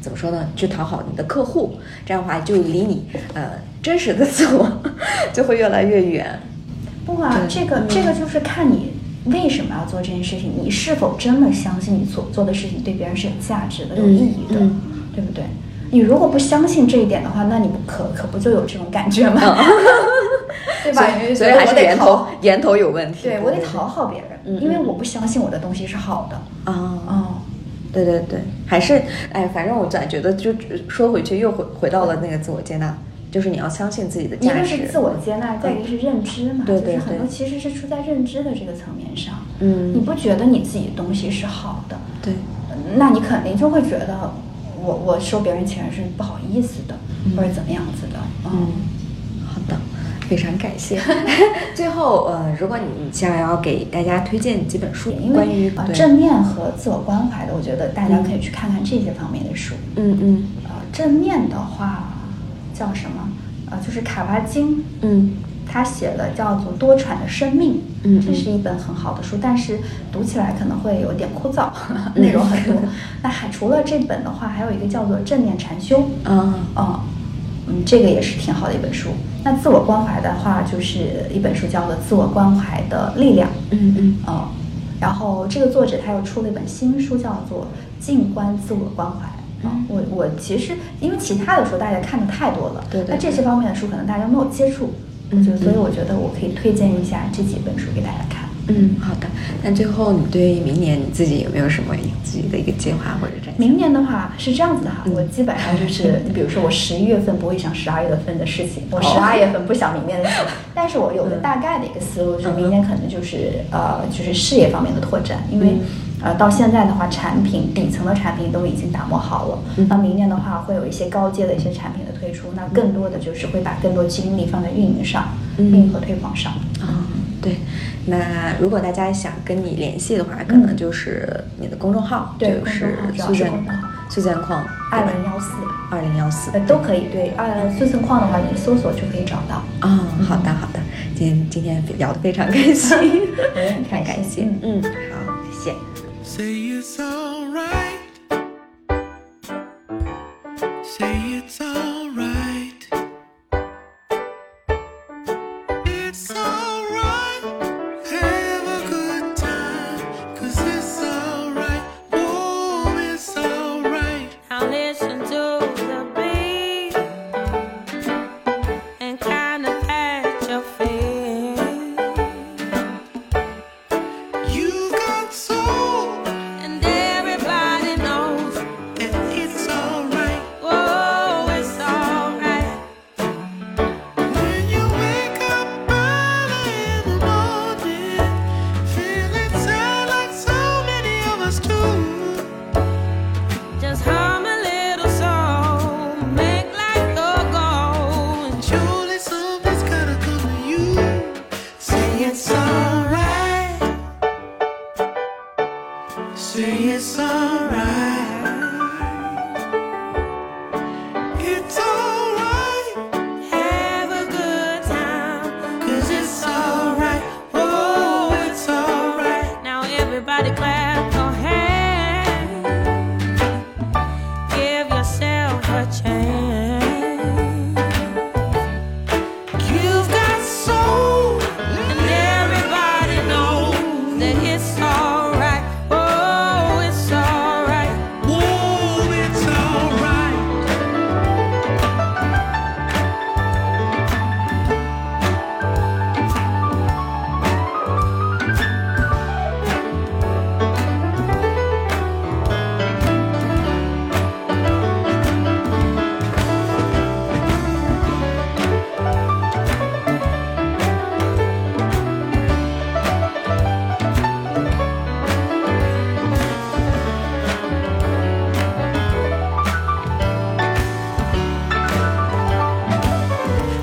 [SPEAKER 1] 怎么说呢，去讨好你的客户，这样的话就离你呃真实的 自我就会越来越远。
[SPEAKER 2] 不啊，
[SPEAKER 1] 对
[SPEAKER 2] 这个、
[SPEAKER 1] 嗯
[SPEAKER 2] 这个就是看你为什么要做这件事情，你是否真的相信你所做的事情对别人是有价值的、有
[SPEAKER 1] 嗯
[SPEAKER 2] 意义的，
[SPEAKER 1] 嗯
[SPEAKER 2] 对不对？你如果不相信这一点的话，那你不可可不就有这种感觉吗？ 对吧？
[SPEAKER 1] 哦所以
[SPEAKER 2] 觉
[SPEAKER 1] 所以
[SPEAKER 2] 得
[SPEAKER 1] 还
[SPEAKER 2] 我
[SPEAKER 1] 是
[SPEAKER 2] 得
[SPEAKER 1] 源头
[SPEAKER 2] 讨
[SPEAKER 1] 源头有问题。
[SPEAKER 2] 对我得讨好别人，
[SPEAKER 1] 嗯
[SPEAKER 2] 因为
[SPEAKER 1] 嗯
[SPEAKER 2] 我不相信我的东西是好的。
[SPEAKER 1] 啊。
[SPEAKER 2] 哦，
[SPEAKER 1] 对对对，还是哎，反正我感觉得就说回去又回回到了那个自我接纳，就是你要相信自己的
[SPEAKER 2] 一
[SPEAKER 1] 价
[SPEAKER 2] 个
[SPEAKER 1] 值。嗯
[SPEAKER 2] 是自我接纳，再一个是认知嘛，
[SPEAKER 1] 对对
[SPEAKER 2] 就是很
[SPEAKER 1] 对
[SPEAKER 2] 多其实是出在认知的这个层面上。
[SPEAKER 1] 嗯
[SPEAKER 2] 你不觉得你自己东西是好的，
[SPEAKER 1] 对，
[SPEAKER 2] 那你肯定就会觉得我我收别人钱是不好意思的，
[SPEAKER 1] 嗯
[SPEAKER 2] 或者怎么样子的。
[SPEAKER 1] 嗯，好的，非常感 谢。最后呃，如果你想要给大家推荐几本书，嗯
[SPEAKER 2] 因
[SPEAKER 1] 关于
[SPEAKER 2] 为呃
[SPEAKER 1] 对
[SPEAKER 2] 正面和自我关怀的，我觉得大家可以去看看这些方面的书。
[SPEAKER 1] 嗯嗯
[SPEAKER 2] 呃，正面的话叫什么？呃，就是卡巴金，
[SPEAKER 1] 嗯
[SPEAKER 2] 他写的叫做《多舛的生命》，
[SPEAKER 1] 嗯
[SPEAKER 2] 这是一本很好的书，但是读起来可能会有点枯燥，
[SPEAKER 1] 嗯
[SPEAKER 2] 内容很多。 那还除了这本的话，还有一个叫做《正念禅修》，
[SPEAKER 1] 啊
[SPEAKER 2] 嗯嗯，这个也是挺好的一本书。那自我关怀的话，就是一本书叫做《自我关怀的力量》，
[SPEAKER 1] 嗯嗯
[SPEAKER 2] 嗯，然后这个作者他又出了一本新书，叫做《静观自我关怀》。嗯
[SPEAKER 1] 嗯，
[SPEAKER 2] 我我其实因为其他的书大家看的太多了，
[SPEAKER 1] 对对
[SPEAKER 2] 那这些方面的书可能大家没有接触，
[SPEAKER 1] 嗯
[SPEAKER 2] 就所以
[SPEAKER 1] 嗯
[SPEAKER 2] 我觉得我可以推荐一下这几本书给大家看。
[SPEAKER 1] 嗯，好的。那最后你对明年你自己有没有什么自己的一个计划或者展
[SPEAKER 2] 明年的话是这样子的哈，
[SPEAKER 1] 嗯
[SPEAKER 2] 我基本上 就是，比如说我十一月份不会想十二月
[SPEAKER 1] 哦
[SPEAKER 2] 份的事情，我十二月份不想明年的事， 但是我有个大概的一个思路，就是明年可能就是呃，就是事业方面的拓展，因为
[SPEAKER 1] 嗯
[SPEAKER 2] 呃到现在的话，产品底层的产品都已经打磨好了
[SPEAKER 1] 嗯，
[SPEAKER 2] 那明年的话会有一些高阶的一些产品的推出，那更多的就是会把更多精力放在运营上，
[SPEAKER 1] 嗯
[SPEAKER 2] 运营和推广上。
[SPEAKER 1] 啊，对，那如果大家想跟你联系的话，可能
[SPEAKER 2] 嗯
[SPEAKER 1] 就是你的公众号，
[SPEAKER 2] 对
[SPEAKER 1] 就
[SPEAKER 2] 公众
[SPEAKER 1] 是
[SPEAKER 2] 号主要
[SPEAKER 1] 苏
[SPEAKER 2] 是
[SPEAKER 1] 建
[SPEAKER 2] 公众号
[SPEAKER 1] 苏建矿
[SPEAKER 2] 二零幺四，
[SPEAKER 1] 二零幺四
[SPEAKER 2] 呃都可以，对，呃孙存矿的话，你搜索就可以找到。
[SPEAKER 1] 啊，好
[SPEAKER 2] 嗯
[SPEAKER 1] 的好的，今天今天聊得非常开心，
[SPEAKER 2] 我也很开
[SPEAKER 1] 感
[SPEAKER 2] 心
[SPEAKER 1] 谢，嗯，好，谢谢。
[SPEAKER 3] Say it's alright. Say it's alright. It's alright. Hey. alright. It's alright.
[SPEAKER 4] Have a good time.
[SPEAKER 3] Cause it's alright. Oh, it's alright.
[SPEAKER 4] Now everybody clap your hands. Give yourself a chance.
[SPEAKER 3] You've got soul.
[SPEAKER 4] And everybody knows that it's alright. Oh, it's alright.
[SPEAKER 3] Whoa, Oh, it's alright.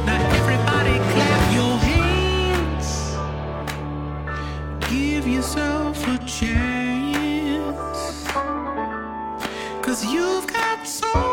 [SPEAKER 3] Now everybody clap your hands. Give yourself a chance. Cause you've got soul.